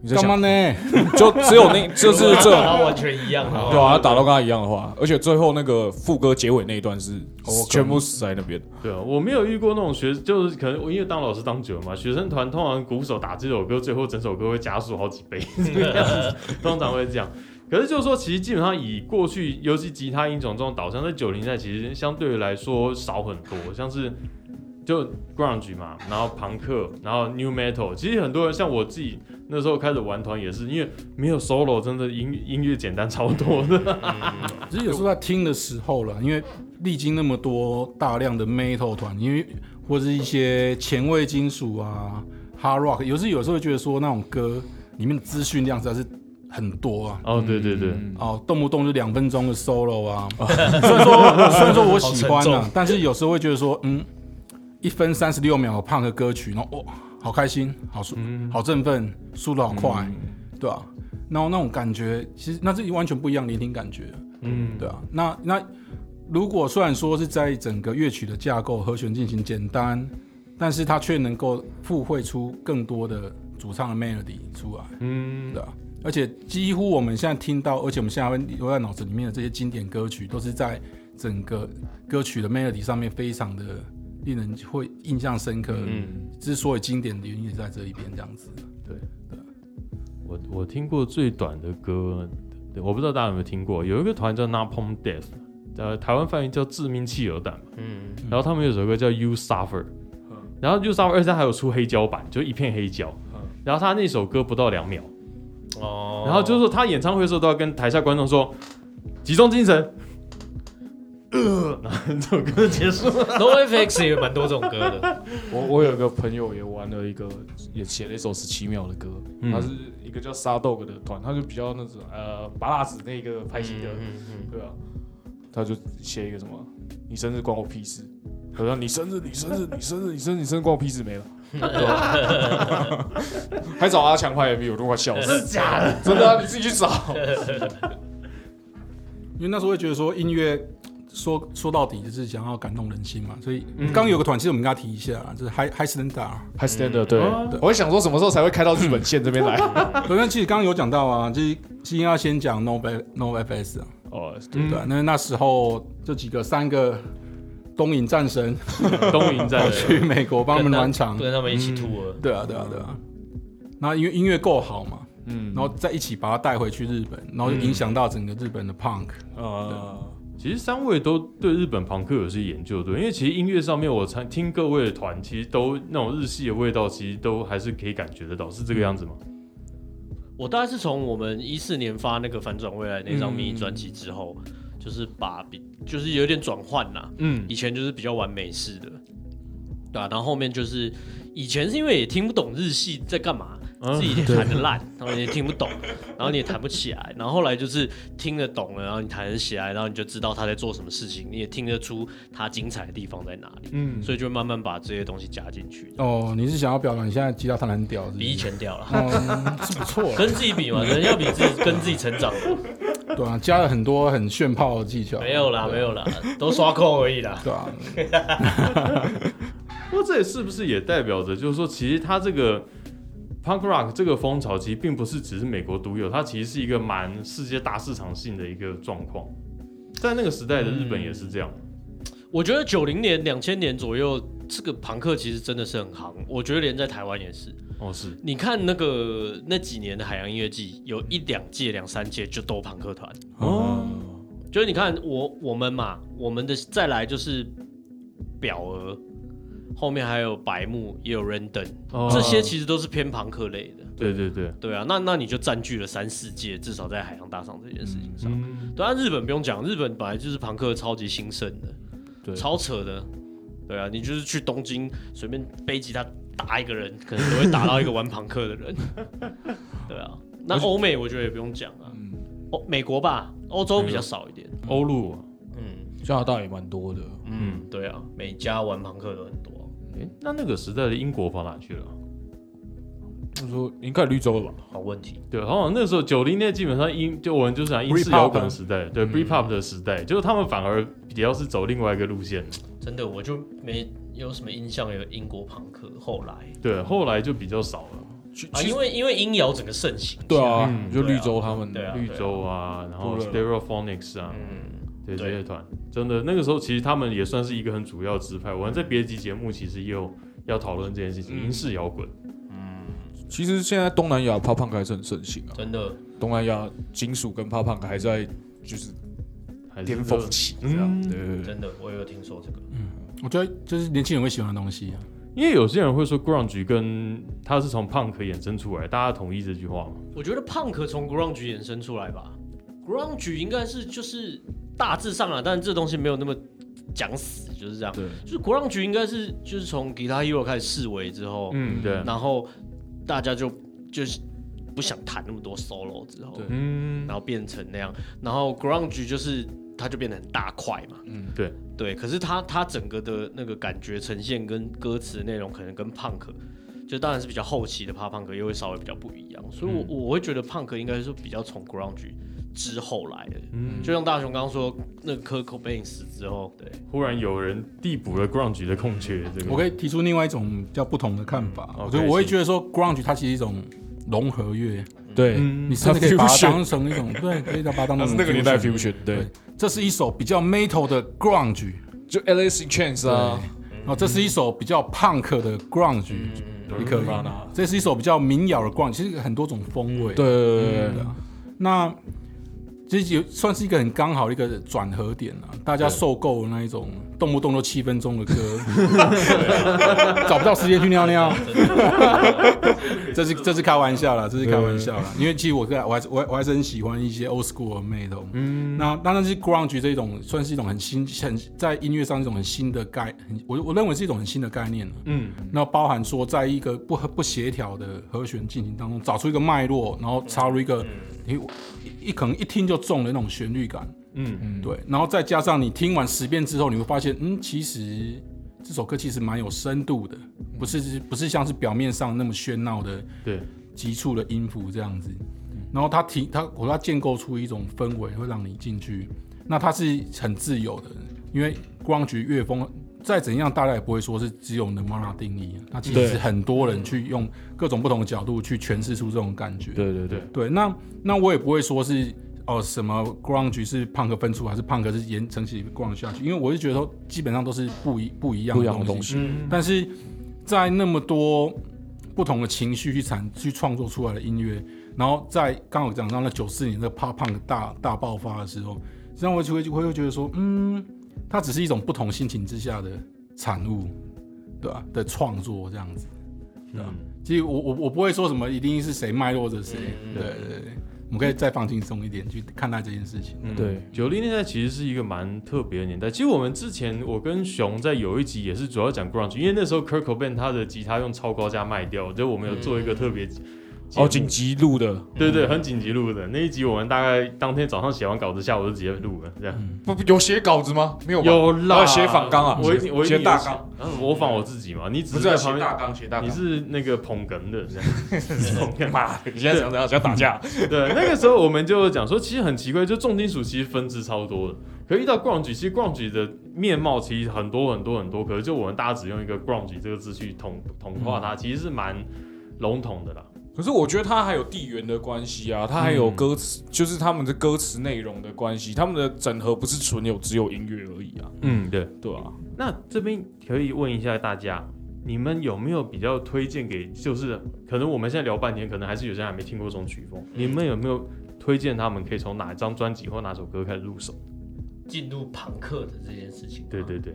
S4: 你在
S2: 干嘛
S4: 想，
S2: 呢？
S4: 就只有那，就是这种。
S3: 他完全一样的
S4: 对
S3: 话，
S4: 啊，他打到跟他一样的话，而且最后那个副歌结尾那一段是
S2: 哦
S4: 全部死在那边。
S1: 对啊，我没有遇过那种学，就是可能我因为当老师当久了嘛，学生团通常鼓手打这首歌，最后整首歌会加速好几倍，这个样子通常会这样。可是就是说，其实基本上以过去，尤其吉他音种这种导向，在九零代其实相对来说少很多，像是就 grunge 嘛，然后朋克，然后 new metal，其实很多人像我自己那时候开始玩团也是，因为没有 solo，真的音音乐简单超多的。
S2: 只是有时候在听的时候了，因为历经那么多大量的 metal 团，因为或是一些前卫金属啊、hard rock，有时有时候会觉得说那种歌里面的资讯量实在是很多啊。
S1: 哦，对对对，
S3: 嗯
S2: 哦，动不动就两分钟的 solo 啊，虽然说虽然说我喜
S3: 好
S2: 欢
S3: 沉
S2: 啊，但是有时候会觉得说，嗯，一分三十六秒胖的歌曲，然后哦，好开心，好舒，
S3: 嗯
S2: 好振奋，速度好快，对啊，然后那种感觉，其实那是完全不一样的聆听感觉。
S1: 嗯，
S2: 对啊，那那如果虽然说是在整个乐曲的架构和弦进行简单，但是它却能够附会出更多的主唱的 melody 出来，
S1: 嗯，
S2: 对啊，而且几乎我们现在听到，而且我们现在会留在脑子里面的这些经典歌曲，都是在整个歌曲的 melody 上面非常的令人会印象深刻。嗯，之所以经典的原因也在这一边这样子。
S1: 我我听过最短的歌，对我不知道大家有没有听过，有一个团叫 Napalm Death，呃，台湾翻译叫致命汽油弹嘛。
S3: 嗯，
S1: 然后他们有首歌叫 You Suffer，然后 You Suffer，而且它还有出黑胶版，就一片黑胶。然后他那首歌不到两秒，
S3: 哦
S1: 然后就是说他演唱会的时候都要跟台下观众说，集中精神。呃，然后这首歌结束。
S4: 嗯
S3: NoFX 也有蛮多这种歌的，
S4: 我我有一个朋友也玩了一个，也写了一首十七秒的歌，他是一个叫沙豆的团，他就比较那种呃拔辣子那个拍戏的，
S3: 嗯
S4: 对啊，他就写一个什么，你生日关我屁事，好像你生日你生日你生日你生日你生日关我屁事没了。 对啊还找阿强拍 MV，我都快笑死。真的假的？真的啊，你自己去找。
S2: 因为那时候会觉得说音乐说说到底就是想要感动人心嘛，所以刚有个团，其实我们跟他提一下啊，就是 High High Standard，
S4: 还 stand 对
S1: 哦，
S4: 我会想说什么时候才会开到日本线这边 来？
S2: 对，那其实刚刚有讲到啊，就是是应该要先讲 No F No F S 啊，
S4: 哦，
S1: 嗯
S2: 对啊，那那时候这几个三个东影战神
S1: 东瀛在
S2: 去美国帮他们
S3: 跟他
S2: 暖场，
S3: 跟他们一起吐了。
S2: 对啊对啊对啊，那因为音乐够好嘛，
S4: 嗯
S2: 然后再一起把它带回去日本，然后就影响到整个日本的 punk，
S3: 嗯
S4: 呃，
S1: 其实三位都对日本朋克有些研究，对，因为其实音乐上面我常听各位的团，其实都那种日系的味道，其实都还是可以感觉得到，是这个样子吗？
S3: 我大概是从我们一四年发那个《反转未来》那张
S4: 嗯
S3: 迷你专辑之后，就是把比就是有点转换啦。
S1: 嗯，
S3: 以前就是比较玩美式的，对啊，然后后面就是以前是因为也听不懂日系在干嘛，
S1: 嗯
S3: 自己也弹的烂，然后你也听 不懂，然后你也弹不起来，然后后来就是听得懂了，然后你弹得起来，然后你就知道他在做什么事情，你也听得出他精彩的地方在哪里，
S1: 嗯
S3: 所以就慢慢把这些东西加进去，
S2: 哦，你是想要表达你现在吉他弹得很屌是不
S3: 比以
S2: 是？
S3: 前掉了。
S2: 嗯，是不 错啦，
S3: 跟自己比嘛，人要比自己，跟自己成长。
S2: 对啊，加了很多很炫炮的技巧。啊
S3: 没有啦，没有啦， 都刷空而已啦。
S2: 对啊，
S1: 不过这也是不是也代表着，就是说，其实它这个 punk rock 这个风潮，其实并不是只是美国独有，它其实是一个蛮世界大市场性的一个状况。在那个时代的日本也是这样，
S3: 我觉得九零年、两千年左右，这个朋克其实真的是很行。我觉得连在台湾也是。
S1: 哦是，
S3: 你看那个那几年的海洋音乐季，有一两届、两三届就都朋克团。
S1: 哦，
S3: 就是你看我我们嘛，我们的再来就是表儿，后面还有白木，也有 Randon，、
S1: 哦
S3: 这些其实都是偏朋克类的。
S1: 对对对，
S3: 对啊，那那你就占据了三四届，至少在海洋大赏这件事情上。
S1: 嗯，
S3: 对啊，日本不用讲，日本本来就是朋克超级兴盛的，
S1: 对
S3: 超扯的。对啊，你就是去东京随便背吉他打一个人，可能都会打到一个玩朋克的 人。对啊，那欧美我觉得也不用讲啊，
S1: 嗯
S3: 欧美国吧，欧洲比较少一点。
S1: 欧陆啊，
S3: 嗯
S4: 加拿大也蛮多的，
S3: 嗯，对啊，美加玩朋克的很多，
S1: 诶那那个时代的英国跑哪去了？
S4: 就是说应该绿洲了吧？
S3: 好问题。
S1: 对，好像那时候九零年基本上英就我们就是讲英式
S2: Britpop
S1: 摇滚的时代，对 b r e p o p 的时代，就是他们反而比较是走另外一个路线，
S3: 真的，我就没有什么印象有英国朋克后来
S1: 对，后来就比较少了，
S3: 啊，因为因为音摇整个盛行。
S4: 对啊
S1: 嗯，
S4: 就绿洲他们
S3: 对啊
S1: 绿洲啊，然后
S4: 多了
S1: Stereophonics 啊，
S3: 嗯，
S1: 对这
S3: 对
S1: 些团，真的那个时候其实他们也算是一个很主要的支派。我们在别集节目其实也有要讨论这件事情，英式摇滚，
S4: 其实现在东南亚 pop punk 还是很盛行啊，
S3: 真的，
S4: 东南亚金属跟 pop punk 还在就是
S1: 还是
S4: 巅峰期，这
S1: 嗯
S4: 样对对对，
S3: 真的，我有听说这个。
S2: 我觉得就是年轻人会喜欢的东西啊。
S1: 因为有些人会说 grunge 跟它是从 punk 衍生出来，大家同意这句话吗？
S3: 我觉得 punk 从 grunge 衍生出来吧，grunge 应该是就是大致上啊，但是这东西没有那么讲死，就是这样。
S4: 对，
S3: 就是 grunge 应该是就是从 Guitar Hero 开始示威之后，
S1: 嗯，对，
S3: 然后大家就就是不想弹那么多 solo 之后
S4: 对，
S1: 嗯，
S3: 然后变成那样，然后 grunge 就是它就变得很大块嘛，
S4: 嗯
S1: 对
S3: 对，可是它它整个的那个感觉呈现跟歌词的内容可能跟 punk 就当然是比较后期的 pop punk 又会稍微比较不一样，所以
S1: 嗯
S3: 我、我会觉得 punk 应该是比较从 grunge 之后来的，
S1: 嗯
S3: 就像大雄刚刚说，那个 Kurt Cobain 死之后，对，
S1: 忽然有人递补了 grunge 的空缺，这
S4: 嗯
S2: 我
S1: 个
S2: 可以提出另外一种比较不同的看法。
S1: 嗯
S4: 哦
S2: 我觉得
S1: 好
S2: 我会
S1: 开心
S2: 觉得说 grunge 它其实一种融合乐，
S4: 对，
S2: 你
S1: 嗯
S2: 甚至可以把它
S4: fusion
S2: 当成一种对，可以把它当
S4: 那
S2: 成
S4: 是那个年代
S2: fusion
S4: fusion，对，嗯
S2: 这是一首比较 metal 的 grunge，
S4: 就 Alice in Chains 啊，
S2: 然哦后这是一首比较 punk 的 grunge，也可以
S4: 嗯 Nirvana。
S2: 这是一首比较民谣的 grunge，其实很多种风味。嗯
S4: 对对对对对，
S2: 那这也算是一个很刚好的一个转合点啊，大家受够了那一种动不动就七分钟 的歌，找不到时间去尿尿，这是这是开玩笑啦，这是开玩笑啦，因为其实我在我还是我还我还是很喜欢一些 old school 的 metal，嗯，那当然是 grunge 这种算是一种很新很在音乐上一种很新的概，很我我认为是一种很新的概念了、
S1: 嗯，
S2: 那包含说，在一个不合不协调的和弦进行当中，找出一个脉络，然后插入一
S1: 嗯
S2: 个你一一可能一听就中的那种旋律感，
S1: 嗯
S2: 嗯，对，然后再加上你听完十遍之后，你会发现，嗯，其实这首歌其实蛮有深度的，不是不是像是表面上那么喧闹的
S1: 对，
S2: 急促的音符这样子，然后它提它我它建构出一种氛围，会让你进去那它是很自由的，因为光局乐风再怎样，大家也不会说是只有 Nirvana 定义啊，那其实
S4: 对
S2: 很多人去用各种不同的角度去诠释出这种感觉。
S4: 对对对，
S2: 对，那那我也不会说是哦什么 grunge 是 punk 分出还是 punk 是沿承袭 grunge 下去，因为我是觉得都基本上都是不一不一样
S4: 不一
S2: 的
S4: 样的
S2: 东
S4: 东
S2: 西。
S4: 西，
S1: 嗯，
S2: 但是在那么多不同的情绪去产去创作出来的音乐，然后在刚好讲到那九四年的 pop punk 大大爆发的时候，实际上我就会就会会觉得说，嗯，它只是一种不同心情之下的产物，对吧、的创作这样子，对吧、其实我我我不会说什么一定是谁脉络着谁，对对对，我们可以再放轻松一点去看待这件事情。
S1: 嗯
S4: 对，
S1: 九零年代其实是一个蛮特别的年代。其实我们之前我跟熊在有一集也是主要讲 grunge，因为那时候 Kurt Cobain 他的吉他用超高价卖掉，就我们有做一个特别、
S4: 哦，紧，急录的，
S1: 对对，很紧急录的那一集，我们大概当天早上写完稿子，下午就直接录了，这样。
S5: 不不有写稿子吗？没有吧？
S1: 有啦，
S4: 嗯要写仿纲啊
S1: 我一
S4: 写
S1: 定我一定
S4: 写大
S1: 有
S4: 纲
S1: 嗯，模仿我自己嘛，你只
S5: 不是啊
S1: 在旁
S5: 写
S1: 边
S5: 大，纲，写大纲
S1: 你。是那个捧哏的， 这样捧哏
S4: 妈的，你现在想想想打架，
S1: 对，那个时候我们就讲说，其实很奇怪，就重金属其实分支超多的，可遇到 grunge，其实 grunge 的面貌其实很多很多很多，可是就我们大家只用一个 grunge 这个字去统统化它，其实是蛮笼统的啦。
S4: 可是我觉得它还有地缘的关系啊，它还有歌词，就是他们的歌词内容的关系，他们的整合不是纯有只有音乐而已啊，
S1: 嗯，对。
S4: 对啊，
S1: 那这边可以问一下大家，你们有没有比较推荐给，就是可能我们现在聊半天，可能还是有些人还没听过这种曲风，你们有没有推荐他们可以从哪一张专辑或哪首歌开始入手？
S3: 进入朋克的这件事情。
S1: 对对对，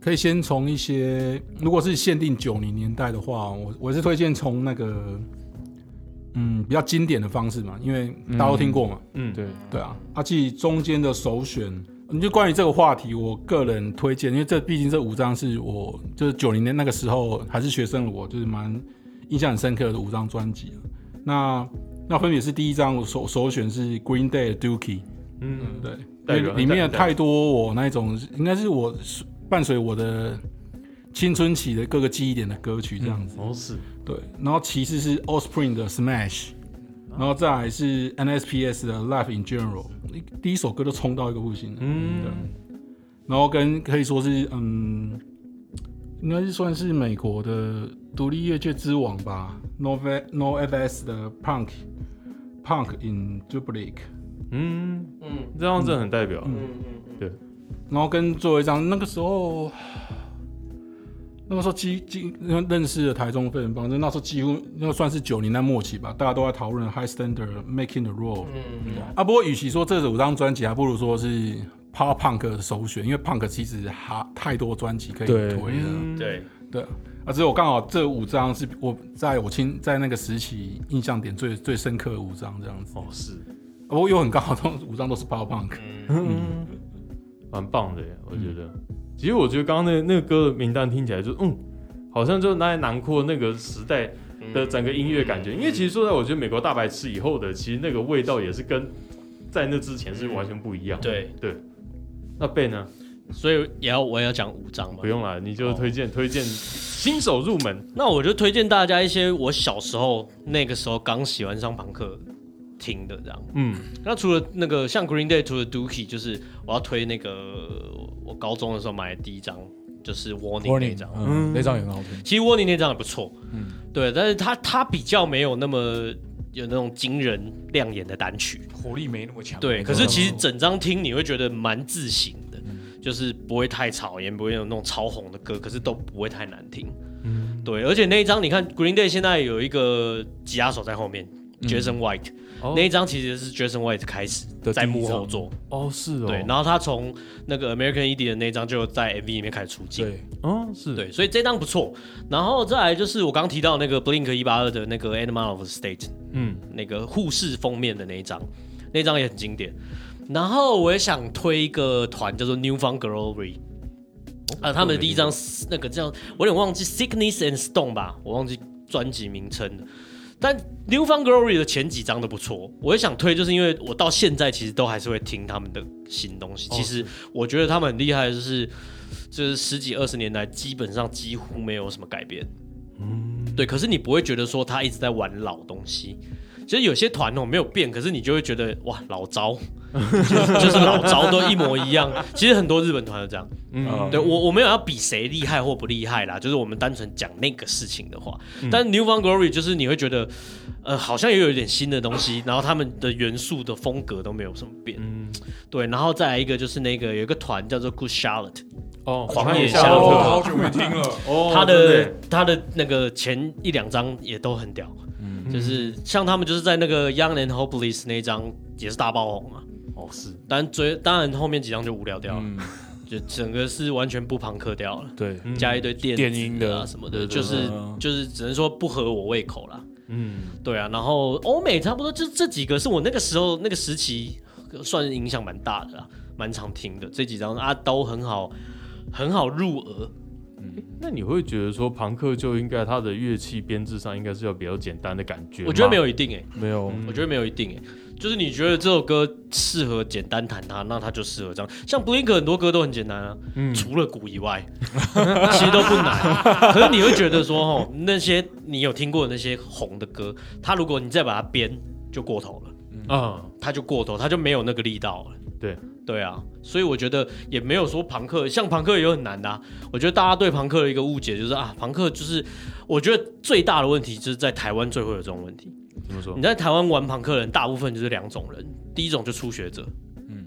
S2: 可以先从一些，如果是限定九零年代的话，我我是推荐从那个，嗯，比较经典的方式嘛，因为大家都听过嘛，
S1: 嗯，
S4: 对，
S2: 对啊。啊，其实中间的首选，你就关于这个话题，我个人推荐，因为这毕竟这五张是我就是九零年那个时候还是学生的我，就是蛮印象很深刻的五张专辑了啊那那分别是第一张我首首选是 Green Day 的 Dookie，
S1: 嗯，
S2: 对，
S1: 代
S2: 因
S1: 表
S2: 为里面有
S1: 代
S2: 太多我那一种，应该是我伴随我的青春期的各个记忆点的歌曲这样子。
S1: 哦是，
S2: 对，然后其次是 Offspring 的 Smash，然后再来是 NSPS 的 Life in General，第一首歌就冲到一个不行了。对
S1: 嗯，
S2: 然后跟可以说是嗯，应该是算是美国的独立乐界之王吧，No No FS 的 Punk Punk in Dublic，
S1: 嗯，
S3: 嗯
S1: 这样真的很代表。
S3: 嗯嗯嗯，
S2: 然后跟最后一张，那个时候，那个时候几几认识了台中粉，反正那时候几乎那个算是九零代末期吧，大家都在讨论 High Standard Making the Road。啊，不过与其说这五张专辑，还不如说是 Pop Punk 的首选，因为 Punk 其实还太多专辑可以推
S4: 对
S1: 嗯
S2: 了。
S3: 对，
S2: 对啊，只有刚好这五张是我在我青在那个时期印象点最最深刻的五张这样子。
S1: 哦是，
S2: 啊不过又很刚好，都五张都是 Pop Punk。
S1: 嗯，蛮棒的耶，我觉得。其实我觉得刚刚那那个歌的名单听起来就嗯，好像就拿来囊括那个时代
S3: 嗯
S1: 的整个音乐感觉。因为其实说实在，我觉得美国大白痴以后的，其实那个味道也是跟在那之前是完全不一样。，
S3: 对，
S1: 那贝呢？
S3: 所以也要我也要讲五张嘛
S1: 不。用了，你就
S3: 哦
S1: 推荐推荐新手入门。
S3: 那我就推荐大家一些我小时候那个时候刚喜欢上朋克听的这样。
S1: 嗯，
S3: 那除了那个像 Green Day，除了 Dookie，就是我要推那个我高中的时候买的第一张，就是 Warning 那张。
S4: 嗯，那张也很好听，
S3: 其实 Warning 那张也不错，对，但是它它比较没有那么有那种惊人亮眼的单曲，
S4: 活力啊没那嗯么强，
S3: 对。可是其实整张听你会觉得蛮自省的，就是不会太吵，也不会有那种超红的歌，可是都不会太难听，
S4: 嗯
S3: 对。而且那一张你看 Green Day 现在有一个吉他手在后面，Jason
S4: 嗯
S3: White，
S1: 哦
S3: 那一张其实是 Jason White 开始
S4: 的
S3: 在
S4: 第一
S3: 幕后
S4: 张
S3: 做。
S1: 哦是哦，
S3: 对，然后他从那个 American Idiot 的那张就在 MV 里面开始出镜，
S4: 对，
S1: 哦是，
S3: 对，所以这张不错。然后再来就是我刚提到那个 Blink 一八二的那个 Animal of State
S1: 嗯，
S3: 那个护士封面的那一张，那张也很经典。然后我也想推一个团叫做 New Found Glory，啊，他们的第一张是那个叫我有点忘记 Sickness and Stone 吧，我忘记专辑名称了。但 New Found Glory 的前几张都不错，我也想推，就是因为我到现在其实都还是会听他们的新东西。其实我觉得他们很厉害，的就是就是十几二十年来基本上几乎没有什么改变。嗯，对。可是你不会觉得说他一直在玩老东西，其实有些团哦没有变，可是你就会觉得哇老招， 就是就是老招都一模一样。其实很多日本团都这样。
S1: 嗯，
S3: 对我我没有要比谁厉害或不厉害啦，就是我们单纯讲那个事情的话。
S1: 嗯
S3: 但 New Found Glory 就是你会觉得，呃，好像也有一点新的东西，然后他们的元素的风格都没有什么变。
S1: 嗯
S3: 对，然后再来一个就是那个有一个团叫做 Good Charlotte，
S1: 哦，
S3: 狂野夏
S1: 夏
S3: 洛
S1: 洛
S3: 特
S1: 特，
S5: 好久没听了，
S1: 哦
S3: 他
S1: 真
S3: 的
S1: 耶
S3: 他的那个前一两张也都很屌，
S1: 嗯
S3: 就是像他们就是在那个 Young and Hopeless 那一张也是大爆红啊。
S1: 哦是，
S3: 但最当然后面几张就无聊掉了，就整个是完全不朋克掉了，
S4: 嗯对，
S1: 嗯
S3: 加一堆电
S4: 电音
S3: 的
S4: 的
S3: 啊什么的，就是
S4: 嗯
S3: 就是只能说不合我胃口啦。
S1: 嗯
S3: 对啊，然后欧美差不多就这几个是我那个时候那个时期算是影响蛮大的啦，蛮常听的这几张啊都很好，很好入耳。
S1: 诶那你会觉得说朋克就应该它的乐器编制上应该是要比较简单的感觉吗？
S3: 我觉得没有一定哎、
S4: 没有
S1: 嗯
S3: 我觉得没有一定诶，就是你觉得这首歌适合简单弹它，那它就适合这样。像 Blink 很多歌都很简单啊，
S4: 嗯
S3: 除了鼓以外， 其实都不难。可是你会觉得说，哦，那些你有听过的那些红的歌，它如果你再把它编，就过头了，
S4: 嗯
S1: 啊，
S3: 它就过头，它就没有那个力道了。
S1: 对
S3: 对啊，所以我觉得也没有说朋克，像朋克也有很难的啊、我觉得大家对朋克的一个误解就是啊，朋克就是，我觉得最大的问题就是在台湾最会有这嗯种问题。
S1: 怎么说
S3: 你？在台湾玩朋克的人，大部分就是两种人，第一种就初学者，嗯，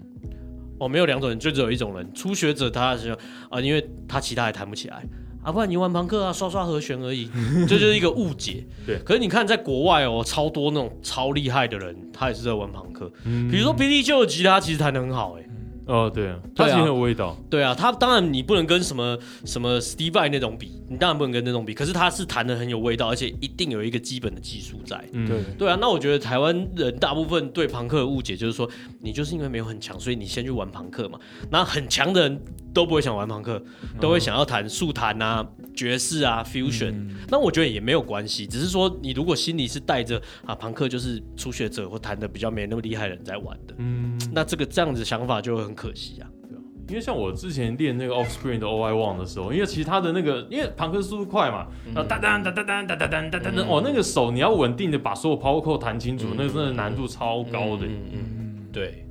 S3: 哦，没有两种人，就只有一种人，初学者他是啊、因为他其他也弹不起来。啊，不然你玩朋克啊，刷刷和弦而已，这就是一个误解。
S1: 对
S3: 可是你看，在国外哦，超多那种超厉害的人，他也是在玩朋克。比如说 Billy Joel 的吉他其实弹得很好，哎，
S1: 哦，对啊，它其实很有味道，
S3: 对啊，他当然你不能跟什么什么 Steve Vai 那种比，你当然不能跟那种比。可是他是弹得很有味道，而且一定有一个基本的技术在。
S1: 嗯
S4: 对，
S3: 对啊，那我觉得台湾人大部分对朋克的误解就是说，你就是因为没有很强，所以你先去玩朋克嘛。那很强的人都不会想玩朋克，都会想要弹速弹啊、爵士啊、fusion。那我觉得也没有关系，只是说你如果心里是带着啊朋克就是初学者或弹的比较没那么厉害的人在玩的，
S1: 嗯，
S3: 那这个这样子想法就会很可惜啊。
S1: 因为像我之前练那个 Offspring 的 All I Want 的时候，因为其实它的那个，因为朋克速度快嘛，
S3: 嗯
S1: 然后哒哒哒哒哒哒哒哒哒哒，哦，那个手你要稳定的把所有 power c o 弹清楚，那个真的难度超高的。
S3: 嗯嗯，对，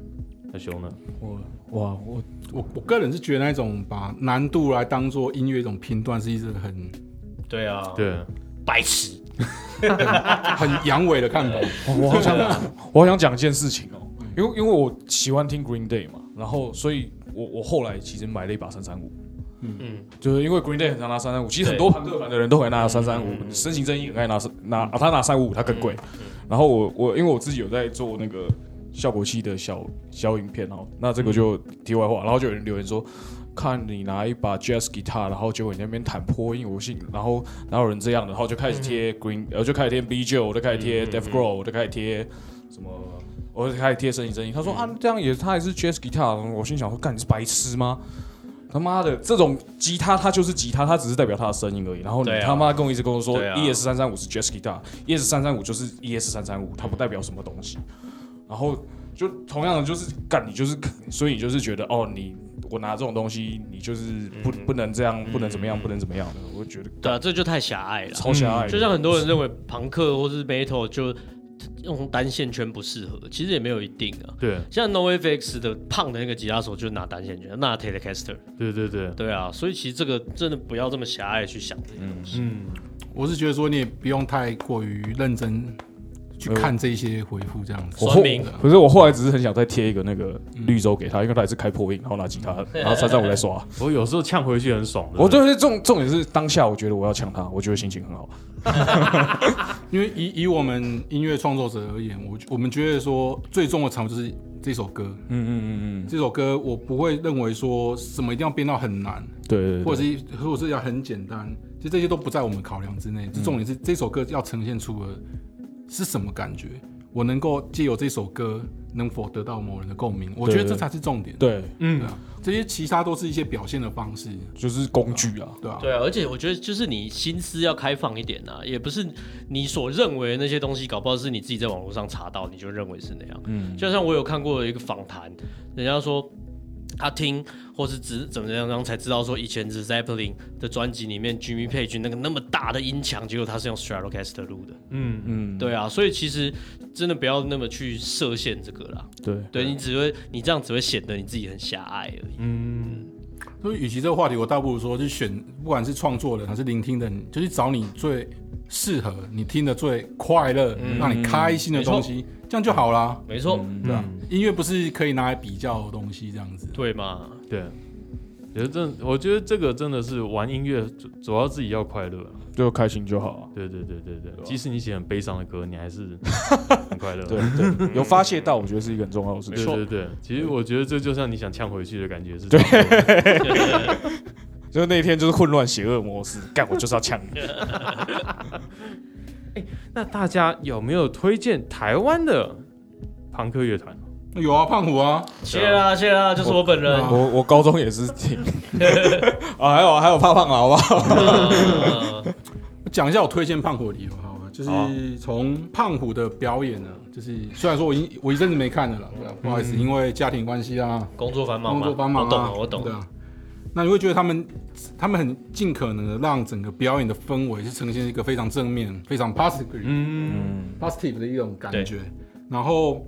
S1: 那熊呢？
S4: 我哇，我
S2: 我我个人是觉得那种把难度来当做音乐一种评断，是一种 很
S3: 对啊，
S1: 对，
S3: 白痴。
S2: 很阳痿的看法。
S4: 我好想我好想讲一件事情哦，因为因为我喜欢听 Green Day 嘛，然后所以我我后来其实买了一把三三五。
S3: 嗯，
S4: 就是因为 Green Day 很常拿三三五，其
S3: 对
S4: 实很多朋克版的人都很爱拿三三
S3: 嗯嗯
S4: 五，
S3: 嗯
S4: 身形正义很爱拿拿，啊他拿三五五他更贵。然后我我因为我自己有在做那个效果器的小小影片哦，那这个就
S3: 嗯
S4: 题外话，然后就有人留言说。看你拿一把 jazz guitar，然后结果你那边弹破音无性，然后哪有人这样的？然后就开始贴
S3: 嗯
S4: Green，呃，就开始贴 B J，我就开始贴 Def g r o w 我就开始贴什么，我就开始贴身影声音。他
S3: 嗯
S4: 说啊，这样也他也是 jazz guitar，我心想说，干你是白痴吗？他妈的，这种吉他它就是吉他，它只是代表它的声音而已。然后你
S3: 对啊
S4: 他妈跟我一直跟我说
S3: 对啊
S4: ES 三三五是 jazz guitar，ES 三三五就是 ES 三三五，它不代表什么东西。然后就同样的就是干，你就是，所以你就是觉得哦，你我拿这种东西，你就是不
S3: 嗯
S4: 不能这样，不能怎么样，不能怎么样的。我觉得
S3: 对啊，这就太狭隘了。
S4: 超狭隘的，
S3: 就像很多人认为朋克或是 metal 就用单线圈不适合，其实也没有一定啊。
S1: 对，
S3: 像 NoFX 的胖的那个吉他手就是拿单线圈，拿 Telecaster，
S1: 对对对，
S3: 对啊，所以其实这个真的不要这么狭隘地去想这些东西。
S1: 嗯，
S2: 我是觉得说你也不用太过于认真去看这些回复这样子
S4: 我。
S3: 酸
S4: 后
S3: 民
S4: 可是我后来只是很想再贴一个那个绿洲给
S3: 嗯
S4: 他，因为他也是开破音，然后拿吉 他，然后三三五在刷。
S1: 我有时候呛回去很爽的。
S4: 我对对，重重点是当下，我觉得我要抢他，我觉得心情很好。
S2: 因为以以我们音乐创作者而言，我我们觉得说最重的产物就是这首歌。
S4: 嗯嗯嗯嗯，
S2: 这首歌我不会认为说什么一定要变到很难，
S4: 对对对，
S2: 或者是或者是要很简单，其实这些都不在我们考量之内。重点是这首歌要呈现出的是什么感觉，我能够借由这首歌能否得到某人的共鸣，我觉得这才是重点。
S4: 对，
S1: 嗯
S2: 对，啊，这些其他都是一些表现的方式，
S4: 就是工具啊。
S2: 对啊。
S3: 对啊，而且我觉得就是你心思要开放一点啊，也不是你所认为的那些东西，搞不好是你自己在网络上查到，你就认为是那样。
S4: 嗯，
S3: 就像我有看过一个访谈，人家说他听或是只怎么样，然后才知道说以前 The Zeppelin 的专辑里面 Jimmy Page 那个那么大的音墙，结果他是用 Stratocaster 录的。
S1: 嗯嗯，
S3: 对啊，所以其实真的不要那么去设限这个啦。
S4: 对
S3: 对你只会你这样只会显得你自己很狭隘而已。
S2: 所以，与其这个话题，我倒不如说，就选不管是创作人还是聆听的人，就去找你最适合、你听的最快乐、让你开心的东西，这样就好啦。
S3: 没错，
S1: 嗯
S2: 对啊，音乐不是可以拿来比较的东西，这样子。
S3: 对嘛？
S1: 对。觉得真，我觉得这个真的是玩音乐主主要自己要快乐。啊
S4: 就开心就好啊。
S1: 对对对对对，即使你写很悲伤的歌，你还是很快乐。
S4: 对对，有发泄到，我觉得是一个很重要的事
S1: 对
S4: 情。
S1: 对对，其实我觉得这就像你想呛回去的 感觉是。对，
S4: 就是那一天就是混乱邪恶模式， 干我就是要呛你。
S1: 那大家有没有推荐台湾的朋克乐团？
S2: 有啊，胖虎啊，
S3: 谢啦谢啦，就是我本人。
S4: 我我高中也是听啊，还有还有胖胖啊，好不好？
S3: 呃
S2: 我讲一下我推荐胖虎的理由好了，就
S1: 好啊
S2: 是从胖虎的表演呢，啊就是虽然说我已经我一阵子没看了啦，对啊不好意思，因为家庭关系啊，
S3: 工作繁嗯忙
S2: 工
S3: 嘛，
S2: 作帮忙、
S3: 我
S2: 啊，
S3: 懂了，我懂
S2: 对
S3: 了。
S2: 啊，那你会觉得他们他们很尽可能的让整个表演的氛围是呈现一个非常正面、非常 positive、
S1: 嗯，
S2: positive 的一种感觉，然后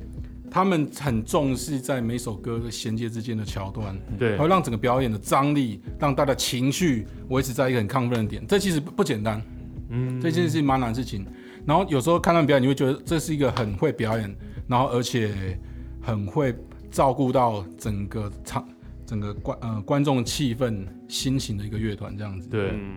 S2: 他们很重视在每首歌的衔接之间的桥段，
S1: 对
S2: 它会让整个表演的张力，让大家情绪维持在一个很亢奋的点，这其实不不简单，
S1: 嗯，
S2: 这件事情蛮难的事情。然后有时候看他们表演，你会觉得这是一个很会表演，然后而且很会照顾到整个场、整个观呃观众气氛、心情的一个乐团这样子。
S1: 对，
S3: 嗯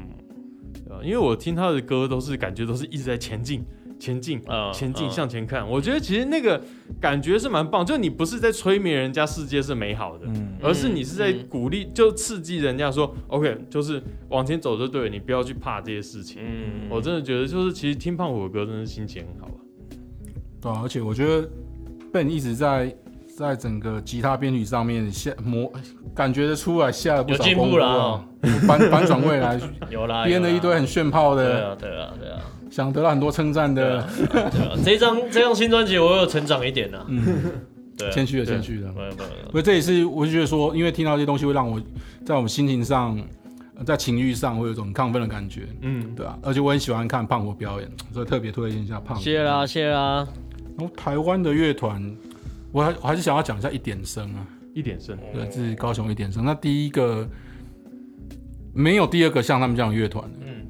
S1: 呃因为我听他的歌都是感觉都是一直在前进。前进
S3: 嗯，
S1: 前进，
S3: 嗯
S1: 向前看。我觉得其实那个感觉是蛮棒，就你不是在催眠人家世界是美好的，
S4: 嗯，
S1: 而是你是在鼓励，就刺激人家说，OK，就是往前走就对了，你不要去怕这些事情。
S3: 嗯
S1: 我真的觉得，就是其实听胖虎的歌，真的心情很好啊。
S2: 对啊、而且我觉得 Ben 一直在在整个吉他编曲上面下磨，感觉得出来下了不少
S3: 有进步
S2: 功夫
S3: 了
S2: 啊
S3: 哦，
S2: 反反转未 来
S3: 有啦，
S2: 编了一堆很炫炮
S3: 对
S2: 的，
S3: 啊对啊对啊
S2: 想得到很多称赞
S3: 对
S2: 的
S3: 啊，对啊，这张这张新专辑我有成长一点呐。对
S2: 嗯
S3: 啊，
S2: 谦虚的
S1: 对
S2: 谦虚的。
S3: 没有没有没有
S2: 所以这也是我就觉得说，因为听到这些东西会让我在我们心情上、呃在情欲上会有一种亢奋的感觉，
S1: 嗯，
S2: 对啊，而且我很喜欢看胖虎表演，所以特别推荐一下胖虎。
S3: 谢啦谢啦，
S2: 然后台湾的乐团，我还我还是想要讲一下一点生啊，
S1: 一点胜。
S2: 对，这是高雄一点生。那第一个没有第二个像他们这样的乐团的，
S3: 嗯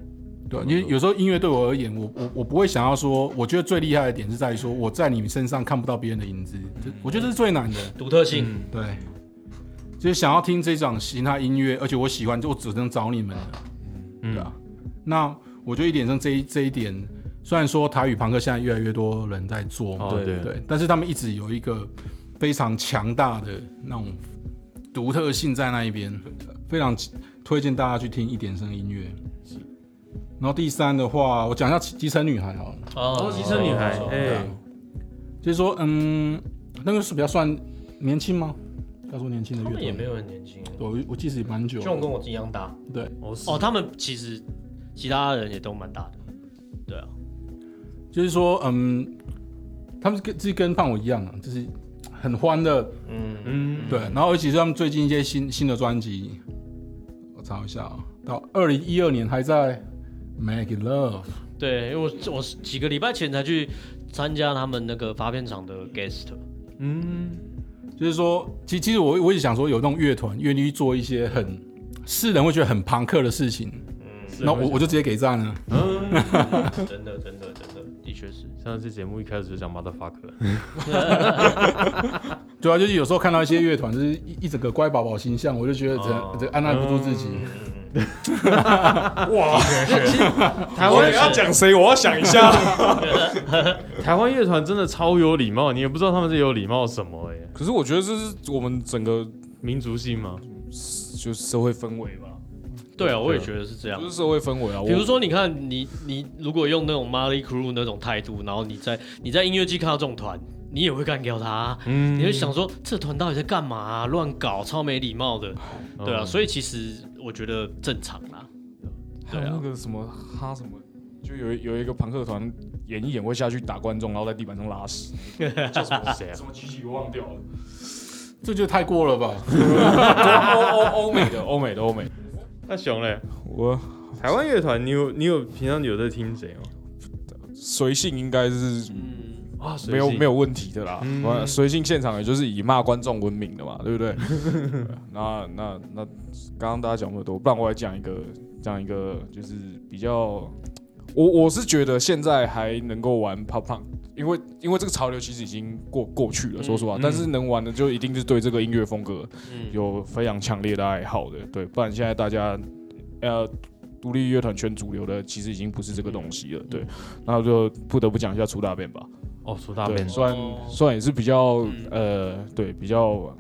S2: 对啊，因为有时候音乐对我而言，我我我不会想要说，我觉得最厉害的点是在于说我在你身上看不到别人的影子，这我觉得这是最难的。
S3: 独特性，
S2: 对，就是想要听这种其他音乐，而且我喜欢，就我只能找你们了，对啊。那我觉得一点上这一这一点，虽然说台语朋克现在越来越多人在做嘛，
S1: 哦对
S2: 对，但是他们一直有一个非常强大的那种独特性在那一边，非常推荐大家去听一点声音乐。然后第三的话，我讲一下《基层女孩》好了。
S3: 哦
S1: 哦，机车女孩，哎，
S2: 就是说，嗯，那个是比较算年轻吗？要说年轻的
S3: 他
S2: 乐团
S3: 们也没有很年轻，
S2: 对啊我我记得也蛮久
S3: 就
S2: 了，
S3: 跟我一样大。
S2: 对，
S1: 我是
S3: 哦，他们其实其他人也都蛮大的，对啊，
S2: 就是说，嗯，他们跟自己跟胖我一样啊，就是很欢乐，
S3: 嗯，
S1: 嗯，
S2: 对，然后而且是他们最近一些新新的专辑，我查一下啊、到二零一二年还在 Make Love，
S3: 对，因为我我是几个礼拜前才去参加他们那个发片厂的 guest，
S1: 嗯，
S2: 就是说，其其实我我一直想说，有那种乐团愿意去做一些很世人会觉得很朋克的事情，
S1: 是
S2: 那我我就直接给赞了。
S3: 嗯 真的真的真嗯的，的确是，
S1: 上次节目一开始就讲 motherfucker，
S2: 对啊，就是有时候看到一些乐团，就是一一整个乖宝宝形象，我就觉得
S3: 哦
S2: 这这按捺不住自己。
S4: 嗯哇，
S1: 台湾
S4: 要讲谁？我要想一 下。
S1: 台湾乐团真的超有礼貌，你也不知道他们是有礼貌什么哎，
S4: 可是我觉得这是我们整个
S1: 民族性嘛，
S4: 就是社会氛围吧，
S3: 对啊，我也觉得是这样
S4: 就。是社会氛围啊。
S3: 比如
S4: 我
S3: 说，你看你你如果用那种 Marley Crew 那种态度，然后你在你在音乐季看到这种团，你也会干掉他，啊
S1: 嗯
S3: 你会想说这团到底在干嘛啊、乱搞，超没礼貌的，对啊，所以其实我觉得正常啦，
S4: 还
S3: 对
S4: 有那
S3: 啊，
S4: 个什么哈什么，就有一有一个朋克团演一演会下去打观众，然后在地板上拉屎，
S1: 以叫什么谁啊？
S4: 什么机器我忘掉了。
S2: 这就太过 了吧？
S4: 欧欧欧美的欧美的欧美的，
S1: 那熊嘞，
S4: 我
S1: 台湾乐团，你有你有平常有在听谁吗？
S4: 随性应该是
S3: 嗯，
S1: 啊，
S4: 没有没
S1: 有，
S4: 有问题的啦
S1: 嗯。
S4: 我随性现场也就是以骂观众闻名的嘛，对 不对？那那那，刚刚大家讲那么多，不然我来讲一个讲一个，就是比较，我我是觉得现在还能够玩 pop punk。因为因为这个潮流其实已经过过去了，
S3: 嗯
S4: 说实话，但是能玩的就一定是对这个音乐风格
S3: 嗯
S4: 有非常强烈的爱好的，对，不然现在大家呃独立乐团圈主流的其实已经不是这个东西了，
S3: 嗯
S4: 对，那就不得不讲一下粗大便吧，
S1: 哦，苏大
S4: 对，
S1: 便，
S4: 虽然
S3: 哦
S4: 虽然也是比较
S3: 嗯
S4: 呃对比较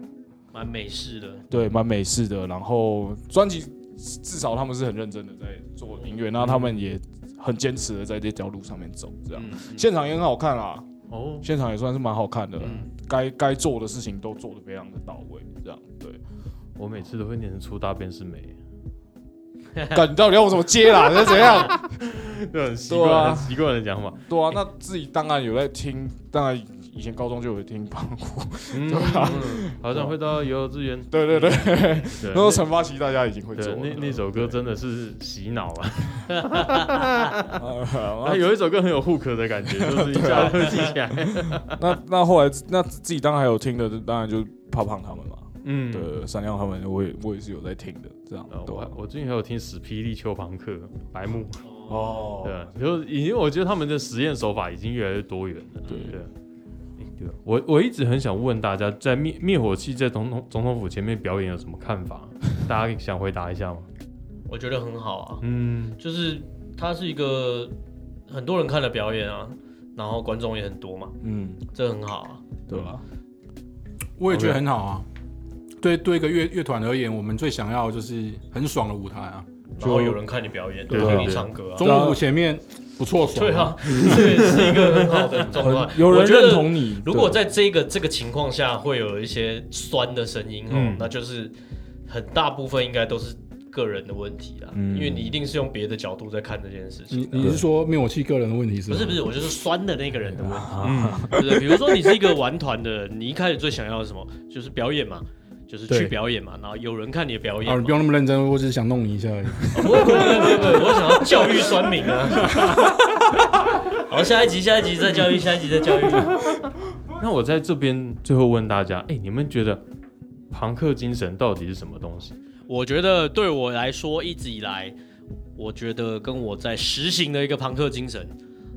S3: 蛮美式的，
S4: 对蛮美式的，然后专辑至少他们是很认真的在做音乐，那
S1: 嗯
S4: 他们也很坚持的在这条路上面走，这样
S3: 嗯，嗯
S4: 啊现场也很好看啦，
S3: 哦，
S4: 现场也算是蛮好看的
S3: 嗯，
S4: 该该做的事情都做的非常的到位，这样对。
S1: 我每次都会念成苏大便是美，
S4: 干，你到底要我怎么接啦？那怎样？
S1: 这很习
S4: 对啊
S1: 惯很习惯的讲法，
S4: 对啊，那自己当然有在听，当然以前高中就有听胖虎，
S1: 嗯，好像会到幼稚园，
S4: 对对对，
S1: 嗯对
S4: 那时候陈发奇大家已经会做
S1: 对，
S4: 了
S1: 那那首歌真的是洗脑啊！
S4: 啊
S1: 啊， 有一首歌很有 hook 的感觉， 就是一下就记起来。
S3: 啊
S4: 那那后来那自己当然还有听的，当然就是胖胖他们嘛，
S1: 嗯，
S4: 对，闪亮他们，我也我也是有在听的，这样
S3: 哦
S1: 呃。
S4: 对
S1: 我还
S4: 啊
S1: 我最近还有听史霹雳、丘庞克、白木，
S4: 哦，
S1: 对，啊就是已经我觉得他们的实验手法已经越来越多元了。
S4: 对
S1: 对，啊诶对啊我我一直很想问大家，在灭灭火器在总统总统府前面表演有什么看法？大家想回答一下 吗？
S3: 我觉得很好啊，
S1: 嗯，
S3: 就是它是一个很多人看的表演啊，然后观众也很多嘛，
S4: 嗯，
S3: 这很好啊。
S4: 对吧？
S2: 我也觉得很好啊。对对，一个乐乐团而言，我们最想要的就是很爽的舞台啊。
S3: 然后有人看你表演，
S1: 对
S3: 然后
S1: 对
S3: 你
S1: 对
S3: 唱歌啊，
S2: 中国舞前面不错爽，
S3: 对啊，这是一个很好的状态。 嗯
S4: 有
S3: 我
S4: 人
S3: 觉得
S4: 认同你，
S3: 如果
S4: 对
S3: 在这个这个情况下会有一些酸的声音哦，
S1: 嗯
S3: 那就是很大部分应该都是个人的问题啦，
S4: 嗯
S3: 因为你一定是用别的角度在看这件事
S2: 你
S3: 情。啊
S2: 你是说灭火器个人的问题是
S3: 不
S2: 吗？
S3: 是不是，我就是酸的那个人的问题， 对不对？比如说你是一个玩团的人，你一开始最想要的是什么？就是表演嘛，就是去
S2: 对
S3: 表演嘛，然后有人看你的表演
S2: 啊，
S3: 嘛。
S2: 你不用那么认真，我只是想弄你一下而已。
S3: 不不不不不，我想要教育酸民啊。好，下一集，下一集再教育，下一集再教育。
S1: 那我在这边最后问大家，哎、你们觉得庞克精神到底是什么东西？
S3: 我觉得对我来说，一直以来，我觉得跟我在实行的一个朋克精神，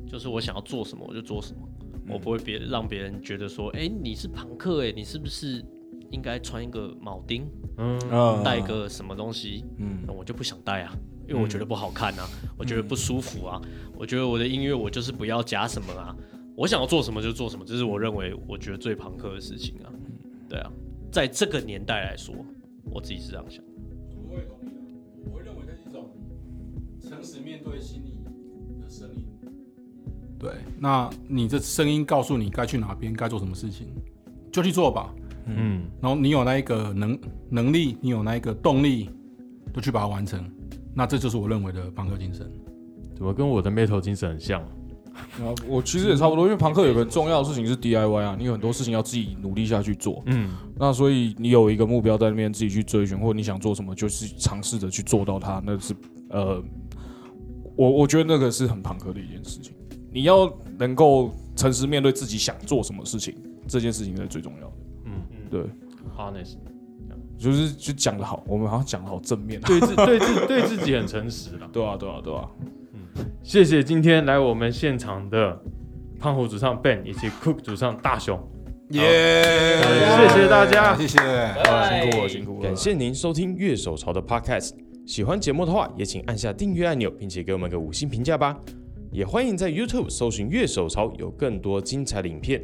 S3: 就是我想要做什么我就做什么，
S4: 嗯
S3: 我不会别让别人觉得说，哎、你是朋克、哎，你是不是应该穿一个铆钉，
S1: 嗯，
S4: 嗯
S3: 戴个什么东西？
S4: 嗯
S3: 那我就不想戴啊，因为我觉得不好看啊，我觉得不舒服啊，我觉得我的音乐我就是不要加什么啊，我想要做什么就做什么，这是我认为我觉得最朋克的事情啊。
S4: 嗯
S3: 对啊，在这个年代来说，我自己是这样想。
S2: 我也同意的，我会认为这是一种诚实面对心里的声音。对，那你这声音告诉你该去哪边，该做什么事情，就去做吧。
S1: 嗯，
S2: 然后你有那一个能能力，你有那一个动力，就去把它完成。那这就是我认为的朋克精神。
S1: 怎么跟我的 metal 精神很像？
S4: 啊，我其实也差不多，因为庞克有个重要的事情是 DIY 啊，你有很多事情要自己努力下去做。
S1: 嗯，
S4: 那所以你有一个目标在那边自己去追寻，或者你想做什么，就是尝试着去做到它。那是呃，我我觉得那个是很庞克的一件事情。你要能够诚实面对自己想做什么事情，这件事情才是最重要的。
S3: 嗯
S4: 对，
S1: honest，
S4: 就是就讲的好，我们好像讲的好正面啊。
S1: 对自对自对自己很诚实啦。
S4: 对啊，对啊，对啊，
S1: 谢谢今天来我们现场的胖虎主唱 Ben 以及 Cook 主唱大熊，
S5: 耶
S1: 谢谢大家。
S2: 谢谢。
S4: 辛苦了，辛苦了。
S6: 感谢您收听《乐手潮》的 Podcast。喜欢节目的话，也请按下订阅按钮，并且给我们个五星评价吧。也欢迎在 YouTube 搜寻“乐手潮”，有更多精彩的影片。